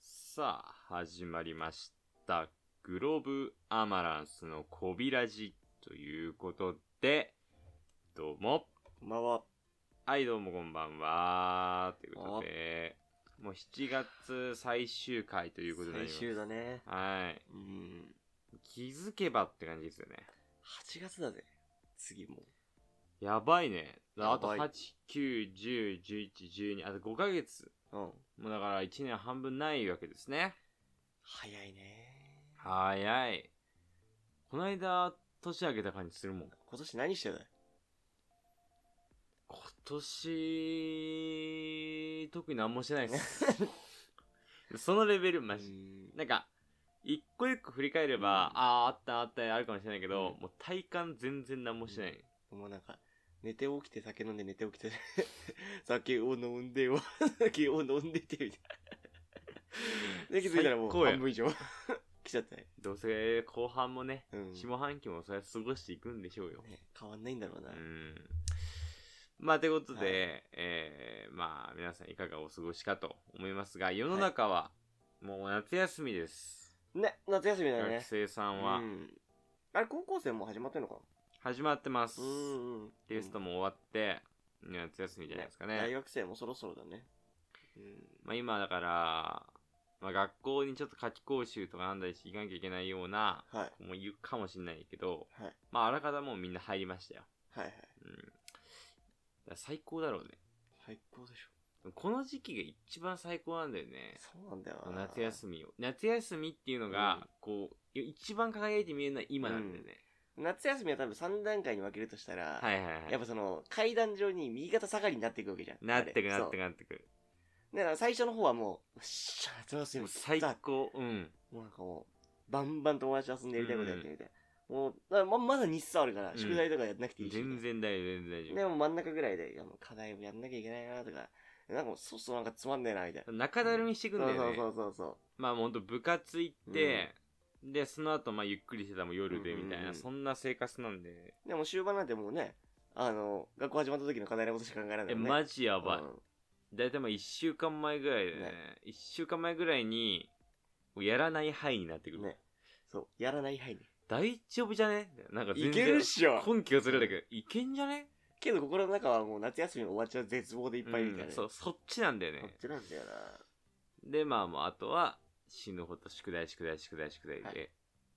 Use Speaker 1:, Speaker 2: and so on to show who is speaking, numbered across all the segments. Speaker 1: さあ、始まりました。グローブアマランスのコビラジということで、どうも。
Speaker 2: こんばんは。
Speaker 1: はい、どうもこんばんは。ということで、もう7月最終回ということで、
Speaker 2: 最終だね。
Speaker 1: はい。
Speaker 2: うん。
Speaker 1: 気づけばって感じですよね。
Speaker 2: 8月だぜ。次も。
Speaker 1: やばいね。あと
Speaker 2: やばい
Speaker 1: 8、9、10、11、12、あと5ヶ月。
Speaker 2: うん。
Speaker 1: もうだから1年半分ないわけですね。
Speaker 2: 早いね。
Speaker 1: 早い。こないだ、年明けた感じするもん。
Speaker 2: 今年何してた
Speaker 1: 今年、特に何もしてないです。 そのレベル、マジ。
Speaker 2: う
Speaker 1: なんか、一個一個振り返れば、
Speaker 2: うん
Speaker 1: ああ、あったあったあるかもしれないけど、
Speaker 2: うん
Speaker 1: もう体感全然何もしてない。
Speaker 2: ん。もうなんか、寝て起きて酒飲んで寝て起きて、 酒を飲んで、 酒を飲んでて、みたいな。で、気づいたらもう
Speaker 1: 最高や
Speaker 2: 半分以上 来ちゃったね。
Speaker 1: どうせ後半もね、
Speaker 2: うん。
Speaker 1: 下半期もそれは過ごしていくんでしょうよ。
Speaker 2: ね、変わんないんだろうな。
Speaker 1: うん。まあ、ということで、
Speaker 2: はい
Speaker 1: えーまあ、皆さんいかがお過ごしかと思いますが、世の中は、もう夏休みです。
Speaker 2: ね、夏休みだ
Speaker 1: 学
Speaker 2: ね。
Speaker 1: 生さ
Speaker 2: うん
Speaker 1: は、
Speaker 2: ん。あれ、高校生もう始まってんのか
Speaker 1: 始まってます
Speaker 2: な。うんうん。
Speaker 1: テストも終わって、夏休みじゃないですかね。
Speaker 2: 大学生もそろそろだね。うん。
Speaker 1: まあ、今だから、まあ、学校にちょっと夏期講習とかなんだりしていかなきゃいけないような
Speaker 2: はい。
Speaker 1: 子もいるかもしれないけど、
Speaker 2: はい。
Speaker 1: まあ、あらかたもうみんな入りましたよ。
Speaker 2: はいはい。
Speaker 1: うん。だから最高だろうね。
Speaker 2: 最高でしょ。
Speaker 1: この時期が一番最高なんだよね。
Speaker 2: そうなんだよな。
Speaker 1: 夏休みを。夏休みっていうのが、
Speaker 2: うん
Speaker 1: こう、一番輝いて見えるのは今なんだよね。
Speaker 2: 夏休みは多分3段階に分けるとしたら、
Speaker 1: はいはいはい。
Speaker 2: やっぱその階段上に右肩下がりになっていくわけじゃん。
Speaker 1: なってく
Speaker 2: あれ
Speaker 1: なってく
Speaker 2: そ
Speaker 1: なってく。
Speaker 2: うだから最初の方はもう、よっしゃ、夏休
Speaker 1: も
Speaker 2: み
Speaker 1: う最
Speaker 2: だ
Speaker 1: 高。うん。
Speaker 2: もうなんかもう、バンバン友達と遊んでやりたいことやってみたいな。もう、だからままだ日数あるから、
Speaker 1: うん
Speaker 2: 宿題とかやんなくていいし。
Speaker 1: 全然大丈夫、全然大丈夫
Speaker 2: で。も真ん中ぐらいで、いやもう課題もやんなきゃいけないなとか、なんかもう、そうそうなんかつまんねえな、みたいな。
Speaker 1: 中だるみしてくんだよね。
Speaker 2: そうそうそうそう。
Speaker 1: まあほんと部活行って、で、その後まあゆっくりしてたもん夜でみたいな、
Speaker 2: うんうんうん
Speaker 1: そんな生活なんで。
Speaker 2: でも終盤なんてもうね、あの、学校始まった時の課題のことしか考えられない
Speaker 1: え、
Speaker 2: もんね。
Speaker 1: マジやばい。
Speaker 2: うん
Speaker 1: だいたいまあ1週間前ぐらいでね、
Speaker 2: ね
Speaker 1: 1週間前ぐらいに、もうやらない範囲になってくる。
Speaker 2: ね。そう、やらない範囲ね
Speaker 1: 大丈夫じゃねなんか
Speaker 2: いけるっしょ
Speaker 1: 根気がずれだけど、いけんじゃね
Speaker 2: けど心の中はもう夏休み終わっちゃう絶望でいっぱいみたいな、
Speaker 1: う
Speaker 2: ね
Speaker 1: んそう、そっちなんだよ
Speaker 2: こっ
Speaker 1: ね。
Speaker 2: ちなんだよ
Speaker 1: で、まあもうあとは、死ぬほど宿題宿題宿題宿題で、
Speaker 2: はい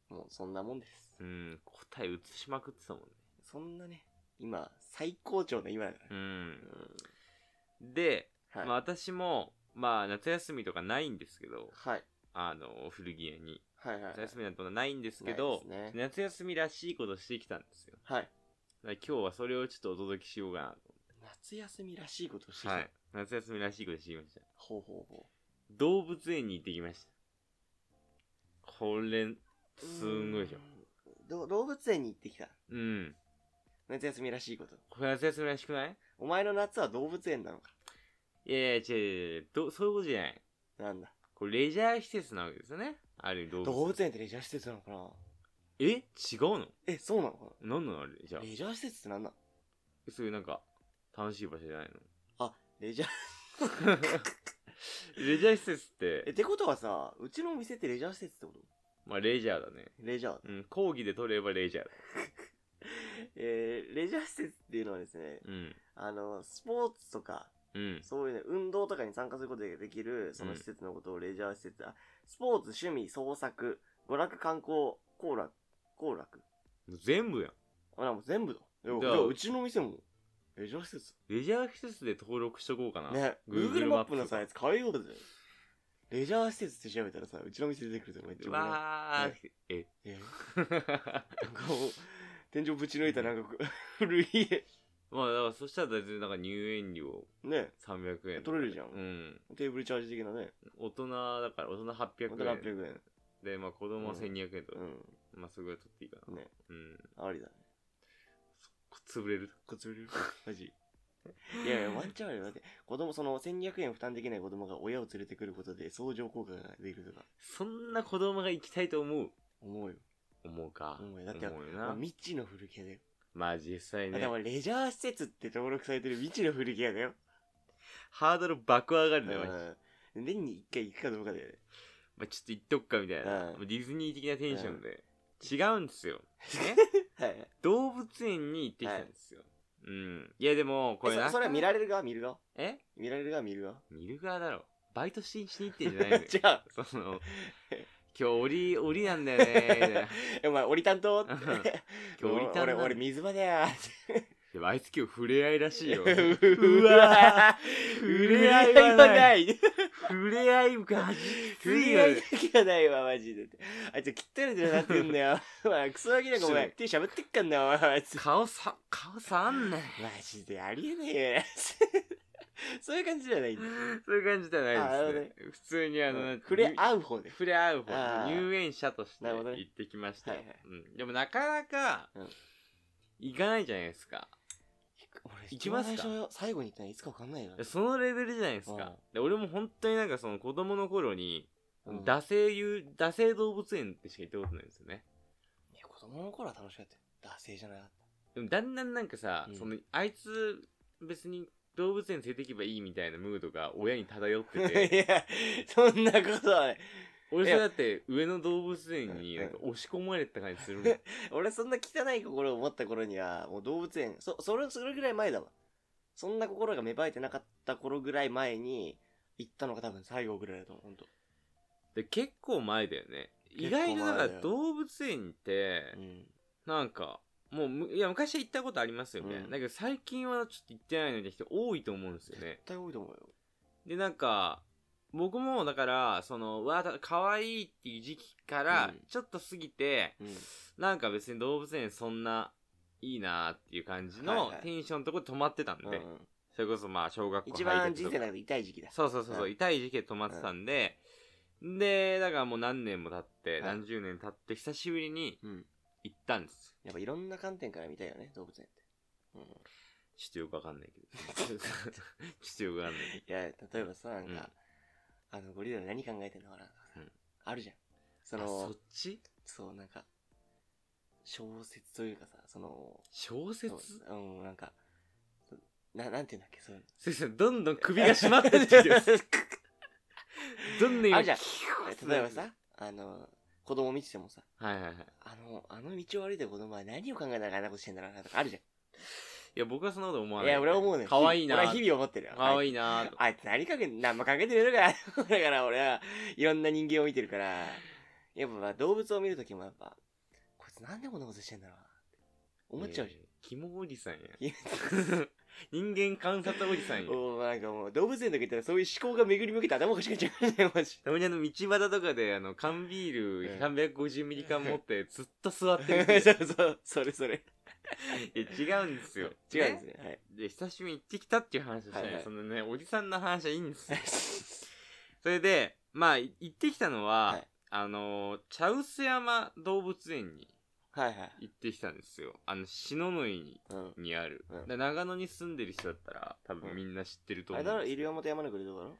Speaker 2: なもうそんなもんです。
Speaker 1: うん、答え移しまくってたもんね。
Speaker 2: そんなね、今、最高潮の今だか
Speaker 1: う
Speaker 2: ら。
Speaker 1: ん。
Speaker 2: うん
Speaker 1: で、
Speaker 2: はい。
Speaker 1: まあ私も、まあ夏休みとかないんですけど、
Speaker 2: はい。
Speaker 1: あの、古着屋に。
Speaker 2: はいはい。
Speaker 1: 夏休みなんてことないんですけど、
Speaker 2: ないですね
Speaker 1: 夏休みらしいことしてきたんですよ。
Speaker 2: はい。
Speaker 1: だから今日はそれをちょっとお届けしようかな
Speaker 2: 夏休みらしいことをしてき
Speaker 1: と。
Speaker 2: た。
Speaker 1: はい。夏休みらしいことしてきました。
Speaker 2: ほうほうほ
Speaker 1: 動物園に行ってきました。これ、
Speaker 2: う。
Speaker 1: すんごいでしょ。
Speaker 2: うんど動物園に行ってきた。
Speaker 1: うん。
Speaker 2: 夏休みらしいこと。
Speaker 1: これ夏休みらしくない
Speaker 2: お前の夏は動物園なのか。
Speaker 1: いやいや、違う違う違うどそういうことじゃない。
Speaker 2: なんだ。
Speaker 1: これレジャー施設なわけですよね。ある意味動物園。
Speaker 2: 動物園ってレジャー施設なのかな
Speaker 1: え違うの
Speaker 2: え、そうなのか
Speaker 1: 何なのあれじゃ
Speaker 2: な
Speaker 1: あ。
Speaker 2: レジャー施設ってなんだ
Speaker 1: そういうなんか、楽しい場所じゃないの
Speaker 2: レジャー、
Speaker 1: レジャー施設っ
Speaker 2: え、
Speaker 1: て
Speaker 2: っ、てことはさ、うちのお店ってレジャー施設ってこと
Speaker 1: まあレジャーだね。
Speaker 2: レジャー。
Speaker 1: うん、講義で取ればレジャーだ。
Speaker 2: えーレジャー施設っていうのはですね、
Speaker 1: うん。
Speaker 2: あの、スポーツとか、
Speaker 1: うん。
Speaker 2: そういうね、運動とかに参加することができる、その施設のことをレジャー施設、あ、スポーツ、趣味、創作、娯楽、観光、行楽、行楽。
Speaker 1: 全部やん。
Speaker 2: あ、なんかもう全部だ。いや
Speaker 1: じゃあ
Speaker 2: いやうちの店も、レジャー施設。
Speaker 1: レジャー施設で登録しとこうかな。
Speaker 2: ね、
Speaker 1: Google
Speaker 2: Google
Speaker 1: マ
Speaker 2: マ
Speaker 1: ッ
Speaker 2: ッ
Speaker 1: プ
Speaker 2: プ
Speaker 1: の
Speaker 2: の
Speaker 1: さ
Speaker 2: さ、やつ買えようぜ。レジャー施設って調べたらさ、うちの店出てくるとめっちゃ
Speaker 1: う
Speaker 2: 面白い
Speaker 1: わー。え、
Speaker 2: えなんかもう、天井ぶち抜いたなんかこう、 古い家。
Speaker 1: まあだからそしたら全然なんか入園料
Speaker 2: ね、
Speaker 1: 300円。
Speaker 2: 取れるじゃん
Speaker 1: うん。
Speaker 2: テーブルチャージ的なね。
Speaker 1: 大人だから、大人
Speaker 2: ま
Speaker 1: 800
Speaker 2: た
Speaker 1: 円。
Speaker 2: 600円。
Speaker 1: で、まあ子供は1200円とか。
Speaker 2: う
Speaker 1: まあそれぐらい取っていいか
Speaker 2: ん。
Speaker 1: な。
Speaker 2: ね、
Speaker 1: うん。
Speaker 2: ありだね。
Speaker 1: こ潰れる。
Speaker 2: こっち売れるマジ。いやいや、ワンチャンあるよ。だって、子供、その1200円負担できない子供が親を連れてくることで相乗効果ができるとか、
Speaker 1: そんな子供が行きたいと思う。
Speaker 2: 思うよ。
Speaker 1: 思うか。
Speaker 2: 思うよだって
Speaker 1: 思うよ
Speaker 2: まあ
Speaker 1: な。
Speaker 2: 未知の古着屋だよ。
Speaker 1: まあ実際
Speaker 2: あで
Speaker 1: ね。
Speaker 2: もレジャー施設って登録されてる未知の古着屋だよ。
Speaker 1: ハードル爆上が
Speaker 2: う
Speaker 1: るね、マジ
Speaker 2: ん。年に1回行くかどうかだよね。
Speaker 1: まあ、ちょっと言っとくかみたいな、
Speaker 2: う
Speaker 1: ディズニー的なテンションで、違うんです よ、ね、
Speaker 2: はい。
Speaker 1: 動物園に行ってきたんですよ、うんいやでもこれ
Speaker 2: え
Speaker 1: な
Speaker 2: そそれは見られる側見る側
Speaker 1: え
Speaker 2: 見られる側見る側
Speaker 1: 見る側だろバイトししに行ってんじゃないのよ
Speaker 2: 違う。
Speaker 1: その今日檻檻なんだよねみたい な
Speaker 2: えお前、折り担当って
Speaker 1: うん。今日折り担当
Speaker 2: 俺、俺、水場だよ。
Speaker 1: でもあいつ今日触れ合いらし いよ
Speaker 2: う
Speaker 1: うわ
Speaker 2: わ
Speaker 1: 触
Speaker 2: 触
Speaker 1: れ
Speaker 2: れ
Speaker 1: 合
Speaker 2: 合
Speaker 1: い
Speaker 2: い
Speaker 1: は
Speaker 2: は
Speaker 1: な
Speaker 2: ないい。
Speaker 1: 触れ合いが
Speaker 2: 触
Speaker 1: つい
Speaker 2: れ合
Speaker 1: よ
Speaker 2: い
Speaker 1: ね
Speaker 2: だけはないわ、マジで。あいつ、切ったれてるなって言うんだよ。 まあ、クソガキなんかお前、手しゃぶってっかんな、お前、あいつ。
Speaker 1: 顔さ顔触んない
Speaker 2: マジでありえねえよ。 そういう感じじゃないんだ。
Speaker 1: そういう感じじゃない
Speaker 2: あな
Speaker 1: で
Speaker 2: る
Speaker 1: すね普通にあの、なんて
Speaker 2: 触れ合う方ね。
Speaker 1: 触れ合う
Speaker 2: あ
Speaker 1: 方
Speaker 2: ー
Speaker 1: 入園者として
Speaker 2: なるほどね
Speaker 1: 行ってきましたよ
Speaker 2: はいはい
Speaker 1: うんでもなかなか
Speaker 2: うん
Speaker 1: 行かないじゃないですか
Speaker 2: 俺
Speaker 1: 行きますか
Speaker 2: 一番最初最後に行ったのいつかわかんないよ。
Speaker 1: そのレベルじゃないです
Speaker 2: う
Speaker 1: か
Speaker 2: ん
Speaker 1: で俺も本当になんかその子供の頃に
Speaker 2: うん
Speaker 1: 惰性遊惰性動物園ってしか行ったことないんですよね
Speaker 2: いや子供の頃は楽しかったよ。惰性じゃなかっ
Speaker 1: でもだんだんなんかさ、
Speaker 2: うん
Speaker 1: そのあいつ別に動物園連れて行けばいいみたいなムードが親に漂って
Speaker 2: た。 い
Speaker 1: て
Speaker 2: や、そんなことはない。
Speaker 1: 俺それだ
Speaker 2: いや
Speaker 1: って上野動物園になんか押し込まれた感じするもん
Speaker 2: 俺そんな汚い心を持った頃にはもう動物園そそれそれぐらい前だわそんな心が芽生えてなかった頃ぐらい前に行ったのが多分最後ぐらいだと思うほんと
Speaker 1: で結構前だよね意
Speaker 2: 結構前だ
Speaker 1: 外
Speaker 2: よ
Speaker 1: とだから動物園って
Speaker 2: うん
Speaker 1: なんかもうむいや昔は行ったことありますよね、
Speaker 2: うん
Speaker 1: だけど最近はちょっと行ってないので人多いと思うんですよね
Speaker 2: 絶対多いと思うよ
Speaker 1: でなんか僕もだからそのわあ可愛いっていう時期から
Speaker 2: うん
Speaker 1: ちょっと過ぎて、
Speaker 2: うん
Speaker 1: なんか別に動物園そんないいなーっていう感じ
Speaker 2: は
Speaker 1: の
Speaker 2: いはい
Speaker 1: テンションのとこで止まってたんで、
Speaker 2: うんうん
Speaker 1: それこそまあ小学校
Speaker 2: 一
Speaker 1: 入
Speaker 2: 番
Speaker 1: 学と
Speaker 2: 人
Speaker 1: か
Speaker 2: 生の中で痛い時期だ
Speaker 1: そうそうそうそう、
Speaker 2: うん
Speaker 1: 痛い時期で止まってたんで、でだからもう何年も経って、
Speaker 2: い
Speaker 1: 何十年経って久しぶりに
Speaker 2: うん
Speaker 1: 行ったんです
Speaker 2: やっぱいろんな観点から見たいよね動物園って、うん、い
Speaker 1: ちょっとよくわかんないけどちょっとよくわかんないけ
Speaker 2: や例えばさなん
Speaker 1: うん
Speaker 2: か、あのゴリラの何考えてんのかな、
Speaker 1: うん
Speaker 2: あるじゃんそ
Speaker 1: どあ
Speaker 2: の
Speaker 1: そっち
Speaker 2: そうなんか小説というかさその
Speaker 1: 小説
Speaker 2: うんうん、なんか、な、なんていうんだっけ、そういうの。
Speaker 1: 先生どんどん首が締まってってる どんどん今
Speaker 2: あるじゃん
Speaker 1: キュー って
Speaker 2: 例えばさ、あの、子供見ててもさ、
Speaker 1: はいはいはい
Speaker 2: あの、あの道を歩いてる子供は何を考えながらあんなことしてんだろうなとかあるじ
Speaker 1: いや僕はそんなこと思
Speaker 2: ゃ
Speaker 1: わ
Speaker 2: ん。い
Speaker 1: ない
Speaker 2: や、俺は思うね。
Speaker 1: かわいいな
Speaker 2: 俺は日々思ってるよ。
Speaker 1: かわ
Speaker 2: い
Speaker 1: いいなーと
Speaker 2: あいつ何かけ、何もかけてるのか。だから 俺は、いろんな人間を見てるから、やっぱまあ動物を見るときもやっぱ、こいつなんでこんなことしてんだろうなって思っちゃうじゃん。
Speaker 1: えーキモおじさんや
Speaker 2: いや
Speaker 1: 人間観察おじさんや
Speaker 2: おうなんかもう動物園とか行ったらそういう思考が巡り向けて頭おかしくなっ ちゃうねマジ
Speaker 1: たまにあの道端とかであの缶ビール
Speaker 2: うん
Speaker 1: 350ミリ缶持ってずっと座ってる人い
Speaker 2: そうそう、それそれ。
Speaker 1: るいや違うんですよ
Speaker 2: 違うん
Speaker 1: ね
Speaker 2: ですね。はい。
Speaker 1: で久しぶりに行ってきたっていう話をしたい、
Speaker 2: はいはい
Speaker 1: そのねおじさんの話はいいんですよ それでまあい行ってきたのは、
Speaker 2: はい
Speaker 1: あのー茶臼山動物園に
Speaker 2: はいはい。
Speaker 1: 行ってきたんですよあの篠ノ井に
Speaker 2: うん。
Speaker 1: にある、
Speaker 2: うん
Speaker 1: で長野に住んでる人だったら多
Speaker 2: う
Speaker 1: 分
Speaker 2: ん
Speaker 1: みんな知ってると
Speaker 2: あ
Speaker 1: 思う
Speaker 2: れ
Speaker 1: んですけ
Speaker 2: だ
Speaker 1: ど、
Speaker 2: ろ、西表山の栗どこだろ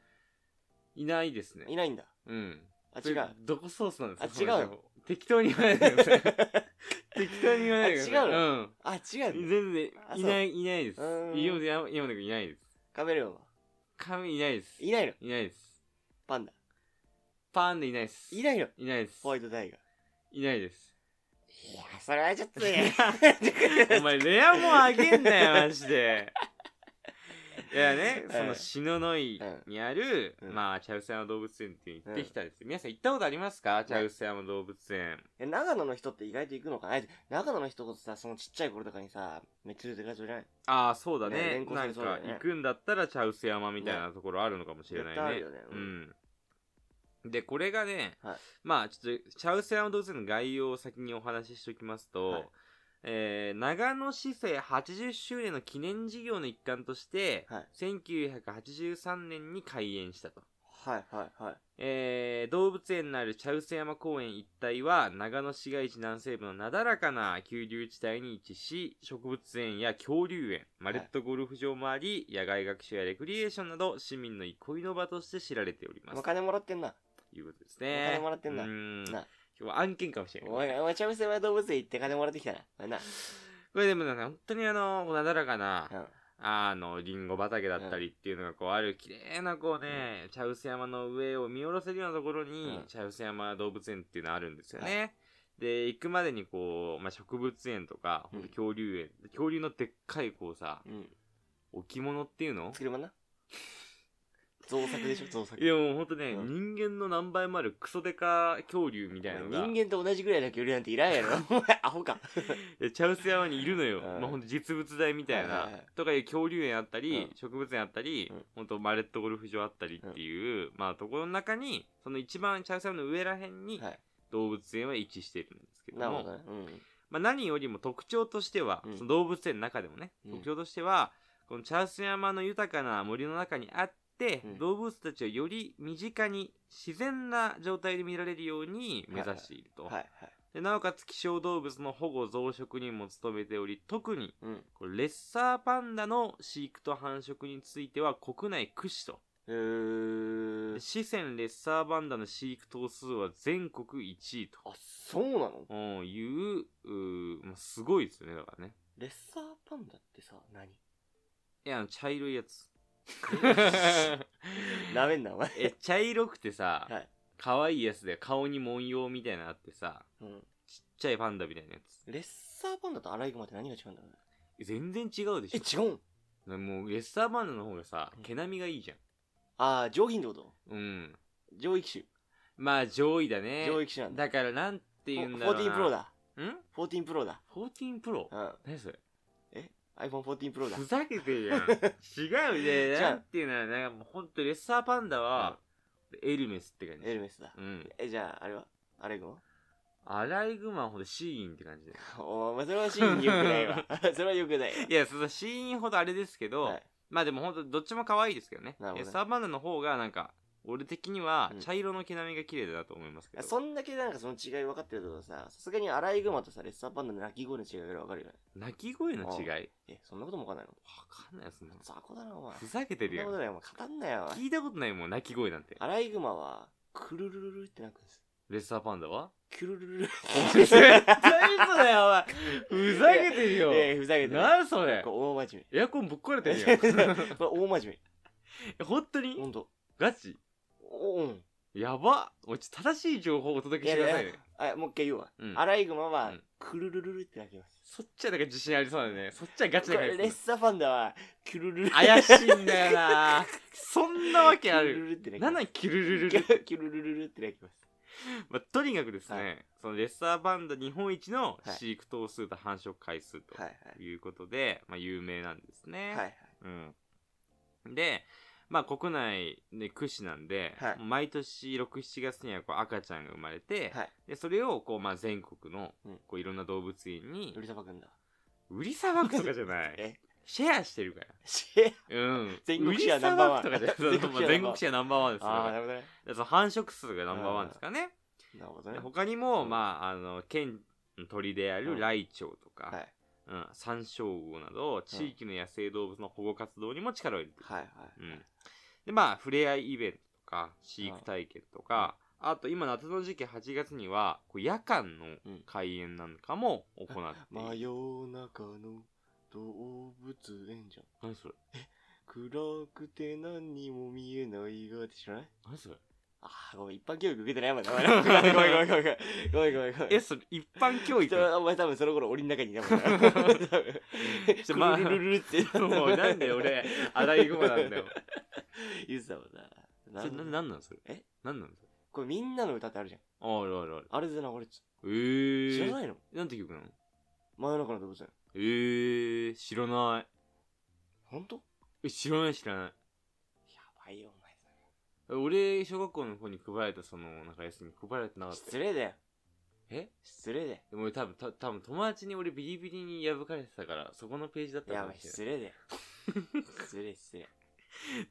Speaker 1: いないですね
Speaker 2: いないんだ。
Speaker 1: うん
Speaker 2: あ、
Speaker 1: そ
Speaker 2: 違
Speaker 1: れ
Speaker 2: う。
Speaker 1: どこソースなんですか
Speaker 2: あ
Speaker 1: その
Speaker 2: 違う
Speaker 1: 情報適当に言わないでくだ さい適当に言わないでください
Speaker 2: あ違うの
Speaker 1: うん
Speaker 2: あ、違う
Speaker 1: 全
Speaker 2: んだ。
Speaker 1: 然
Speaker 2: あそう
Speaker 1: いないいないです
Speaker 2: うーん
Speaker 1: イリオで山山田君いないです
Speaker 2: カメレオンは。
Speaker 1: 神いないです
Speaker 2: いないの。
Speaker 1: いないです
Speaker 2: パンダ。
Speaker 1: パーンでいないです
Speaker 2: いないの。
Speaker 1: いないです
Speaker 2: ホワイトタイガー。
Speaker 1: いないです
Speaker 2: いや、それはちょっと ね。
Speaker 1: お前レアもんあげんなよマジでいやね
Speaker 2: うん
Speaker 1: その篠ノ井にある、
Speaker 2: うん
Speaker 1: まあ茶臼山動物園っていうのに行ってきたんですよ、皆さん行ったことありますか茶臼山動物園
Speaker 2: え長野の人って意外と行くのかなあいつ長野の人こそさ、そのちっちゃい頃とかにさ、めっちゃ出てるやつじゃない
Speaker 1: ああそうだね
Speaker 2: ね連行さ
Speaker 1: な
Speaker 2: れ
Speaker 1: ん
Speaker 2: そうだ
Speaker 1: か
Speaker 2: よね
Speaker 1: 行くんだったら茶臼山みたいなところあるのかもしれない
Speaker 2: 絶対あ
Speaker 1: ね
Speaker 2: るよねう
Speaker 1: うんでこれがね、
Speaker 2: はい
Speaker 1: まあちょっと茶臼山動物園の概要を先にお話ししておきますと、
Speaker 2: はい
Speaker 1: えー長野市政80周年の記念事業の一環として、
Speaker 2: はい
Speaker 1: 1983年に開園したと、
Speaker 2: はいはいはい。
Speaker 1: えー動物園のある茶臼山公園一帯は長野市街地南西部のなだらかな急流地帯に位置し植物園や恐竜園マレットゴルフ場もあり、野外学習やレクリエーションなど市民の憩いの場として知られております
Speaker 2: お金もらってんな。
Speaker 1: ということですね
Speaker 2: お金もらってんな
Speaker 1: うーん
Speaker 2: な
Speaker 1: 今日は案件かもしれない
Speaker 2: お前、お前、チャムセは動物園行って金もらってきたな。お前な。
Speaker 1: これでもね本当にあのなだらかな、
Speaker 2: うん。
Speaker 1: あの、リンゴ畑だったりっていうのがこうある、綺麗なこうね、茶臼山の上を見下ろせるようなところに
Speaker 2: う、ん
Speaker 1: 茶臼山動物園っていうのあるんですよね。で、行くまでにこう、まあ、植物園とか、ほんと恐竜園、恐竜のでっかいこうさ、
Speaker 2: うん。
Speaker 1: 置物っていうの
Speaker 2: 作り物な。造作でしょ、造作。
Speaker 1: いやもうほんとね、
Speaker 2: う
Speaker 1: 人間の何倍もあるクソデカ恐竜みたいなのが、
Speaker 2: 人間と同じぐらいの恐竜なんていらんやろ。お前、アホか。
Speaker 1: え茶臼山にいるのよ、
Speaker 2: うん
Speaker 1: まあ、ほんと実物大みたいな、
Speaker 2: はいはいはい
Speaker 1: とかいう恐竜園あったり、
Speaker 2: うん
Speaker 1: 植物園あったり、
Speaker 2: うん
Speaker 1: ほんとマレットゴルフ場あったりっていう、まあところの中にその一番茶臼山の上らへんに
Speaker 2: はい
Speaker 1: 動物園は位置してるんですけど
Speaker 2: なる
Speaker 1: も、
Speaker 2: ほどね。うん。
Speaker 1: まあ、何よりも特徴としては、
Speaker 2: うん
Speaker 1: その動物園の中でもね、
Speaker 2: うん
Speaker 1: 特徴としてはこの茶臼山の豊かな森の中にあって、
Speaker 2: うん
Speaker 1: 動物たちをより身近に自然な状態で見られるように目指していると、
Speaker 2: はいはい。
Speaker 1: でなおかつ希少動物の保護増殖にも努めており特に
Speaker 2: うん。
Speaker 1: これレッサーパンダの飼育と繁殖については国内屈指と
Speaker 2: えー
Speaker 1: で。四川レッサーパンダの飼育頭数は全国1位と
Speaker 2: あ、そうなの
Speaker 1: うんいううーまあ、すごいですよねだからね
Speaker 2: レッサーパンダってさ、何
Speaker 1: いやあの茶色いや つ
Speaker 2: なめんな、お前。
Speaker 1: え茶色くてさ
Speaker 2: はい
Speaker 1: 可愛いやつで顔に文様みたいなのあってさ
Speaker 2: うん。
Speaker 1: ちっちゃいパンダみたいなやつ
Speaker 2: レッサーパンダとアライグマって何が違うんだろうね
Speaker 1: え全然違うで
Speaker 2: え、
Speaker 1: し
Speaker 2: 違うん
Speaker 1: ょもうレッサーパンダの方がさ毛並みがいいじゃん
Speaker 2: ああ、上品ってこと
Speaker 1: うん
Speaker 2: 上位機
Speaker 1: まあ上位だ
Speaker 2: 種。
Speaker 1: ね。
Speaker 2: 上位機種なんだ。
Speaker 1: だからなんて言うんだろうな。
Speaker 2: 14 Pro。だ。
Speaker 1: ん
Speaker 2: 14 Pro だ。
Speaker 1: ?14 Pro?
Speaker 2: うん。
Speaker 1: 何それ
Speaker 2: え ?iPhone 14 Pro だ
Speaker 1: ふ。ざけて るやん。違うね。
Speaker 2: じゃあ
Speaker 1: なんていうのは、なんかもうほんとレッサーパンダは、エルメスって感じ。
Speaker 2: エルメスだ。
Speaker 1: うん。
Speaker 2: え、じゃあ、あれはアライグマ
Speaker 1: アライグマほどシーインって感じだよ。
Speaker 2: お前、それはシーン良くな いわ。それは良くない
Speaker 1: いや、そのシーインほどあれですけど、
Speaker 2: わ。はい。
Speaker 1: まあでもほんとどっちも可愛いですけどね。
Speaker 2: なるほどね
Speaker 1: レッサーパンダの方がなんか、俺的には
Speaker 2: うん
Speaker 1: 茶色の毛並みが綺麗だなと思いますけど。
Speaker 2: そんだけなんかその違い分かってるとさ、さすがにアライグマとさ、レッサーパンダの鳴き声の違いが分かるよね。
Speaker 1: 鳴き声の違いわ
Speaker 2: え、そんなことも分かんないの
Speaker 1: かんないですね。
Speaker 2: 雑魚だな、お前。
Speaker 1: ふざけてるや
Speaker 2: そんな
Speaker 1: ん。
Speaker 2: ことない、お前。語んなよ、お前
Speaker 1: 聞いたことないもん、鳴き声なんて。
Speaker 2: アライグマは、クルルルルって鳴くんです。
Speaker 1: レッサーパンダは
Speaker 2: クルルルルって。
Speaker 1: 絶対嘘だよ、お前。ふざけてるよ。
Speaker 2: え、ふざけてる。
Speaker 1: なんそれ
Speaker 2: こ。れ大真面
Speaker 1: エアコンぶっ壊れて
Speaker 2: 目。
Speaker 1: るやん。
Speaker 2: これ大真面
Speaker 1: 本当
Speaker 2: 目。ほ
Speaker 1: に
Speaker 2: んと。
Speaker 1: ガチ
Speaker 2: おうん。
Speaker 1: やば。おいちょっと正しい情報をお届けしてください
Speaker 2: いや
Speaker 1: ね。
Speaker 2: あ、もう一回言うわ。
Speaker 1: うん
Speaker 2: アライグマ
Speaker 1: う
Speaker 2: は
Speaker 1: ん、
Speaker 2: クルルルルって鳴きます。
Speaker 1: そっちはなんか自信ありそうだね。そっちはガチ
Speaker 2: こ
Speaker 1: だか
Speaker 2: れ
Speaker 1: ら
Speaker 2: レッ。サーパンダは、クルルルル。
Speaker 1: 怪しいんだよな。そんなわけあ
Speaker 2: キュル
Speaker 1: る。
Speaker 2: ルルってね。
Speaker 1: なんなんキュルルル
Speaker 2: キ
Speaker 1: ル。
Speaker 2: ュルキュルルルルってね。
Speaker 1: まあ、とにかくです
Speaker 2: は
Speaker 1: ね、そのレッサーパンダ日本一の
Speaker 2: はい
Speaker 1: 飼育頭数と繁殖回数と
Speaker 2: はいはい。
Speaker 1: いうことで、まあ、有名なんですね。
Speaker 2: はいはい。
Speaker 1: うん、で、まあ、国内、ね、屈指なんで、
Speaker 2: はい
Speaker 1: 毎年67月にはこう赤ちゃんが生まれて、
Speaker 2: はい。
Speaker 1: でそれをこう、まあ、全国の
Speaker 2: うん
Speaker 1: こういろんな動物園に
Speaker 2: 売りさばくんだ。
Speaker 1: 売りさばくとかじゃない
Speaker 2: え
Speaker 1: シェアしてるから。
Speaker 2: シェア
Speaker 1: うん。
Speaker 2: 全国シェアナンバーワン
Speaker 1: 売りさばくとかじゃないそうまあ全国シェアナンバーワンですよ
Speaker 2: ああ、
Speaker 1: だ
Speaker 2: な
Speaker 1: か
Speaker 2: るほどね。
Speaker 1: らその繁殖数がナンバーワンですからね。
Speaker 2: なるほど
Speaker 1: で
Speaker 2: ね。
Speaker 1: 他にも、
Speaker 2: うん
Speaker 1: まあ、あの、県の鳥であ
Speaker 2: う
Speaker 1: る
Speaker 2: ん
Speaker 1: ライチョウとか、
Speaker 2: はい。
Speaker 1: うん、サンショウウオなど、地域の野生動物の保護活動にも力を入れてる
Speaker 2: はいはい。
Speaker 1: うん。で、まあ、触れ合いイベントとか、飼育体験とか、あと今夏の時期8月には、こう夜間の
Speaker 2: うん
Speaker 1: 開園なんかも行 っている。
Speaker 2: 真夜中の動物園じゃん。
Speaker 1: 何それ
Speaker 2: 暗くて何にも見えないがって知らない
Speaker 1: 何それ
Speaker 2: ああ、ごめん、一般教育受けてないもんな。ごめんごめんごめんごめんごめんごめんごめんごめんごめん。
Speaker 1: え、それ一般教育
Speaker 2: お前多分その頃檻の中にいたもんな。 多分
Speaker 1: ょまあ
Speaker 2: くるるるるって。
Speaker 1: もうなんで俺、アライグマなんだよ。
Speaker 2: 言ってたもん な。
Speaker 1: それな、なんなんそれ
Speaker 2: え
Speaker 1: なんなんそれ
Speaker 2: これみんなの歌ってあるじゃん。
Speaker 1: あるあるある。
Speaker 2: あれで流れてた。
Speaker 1: え
Speaker 2: 知ら
Speaker 1: ー。
Speaker 2: ないの
Speaker 1: なんて曲なの
Speaker 2: 真夜中の動物園。
Speaker 1: えー、知らない。
Speaker 2: ほんと
Speaker 1: え、知らない知らない。
Speaker 2: やばいよ、お前さ。
Speaker 1: 俺、小学校の方に配られた、その、なんか休み配られてなかった
Speaker 2: 失
Speaker 1: よ。
Speaker 2: 礼だよ。
Speaker 1: え
Speaker 2: 失礼だよ。
Speaker 1: でも俺多分、た多分友達に俺ビリビリに破かれてたから、そこのページだっ
Speaker 2: い
Speaker 1: た
Speaker 2: や、
Speaker 1: か
Speaker 2: お
Speaker 1: も
Speaker 2: 前
Speaker 1: しれ
Speaker 2: 失礼だよ。失礼、失礼。
Speaker 1: ない。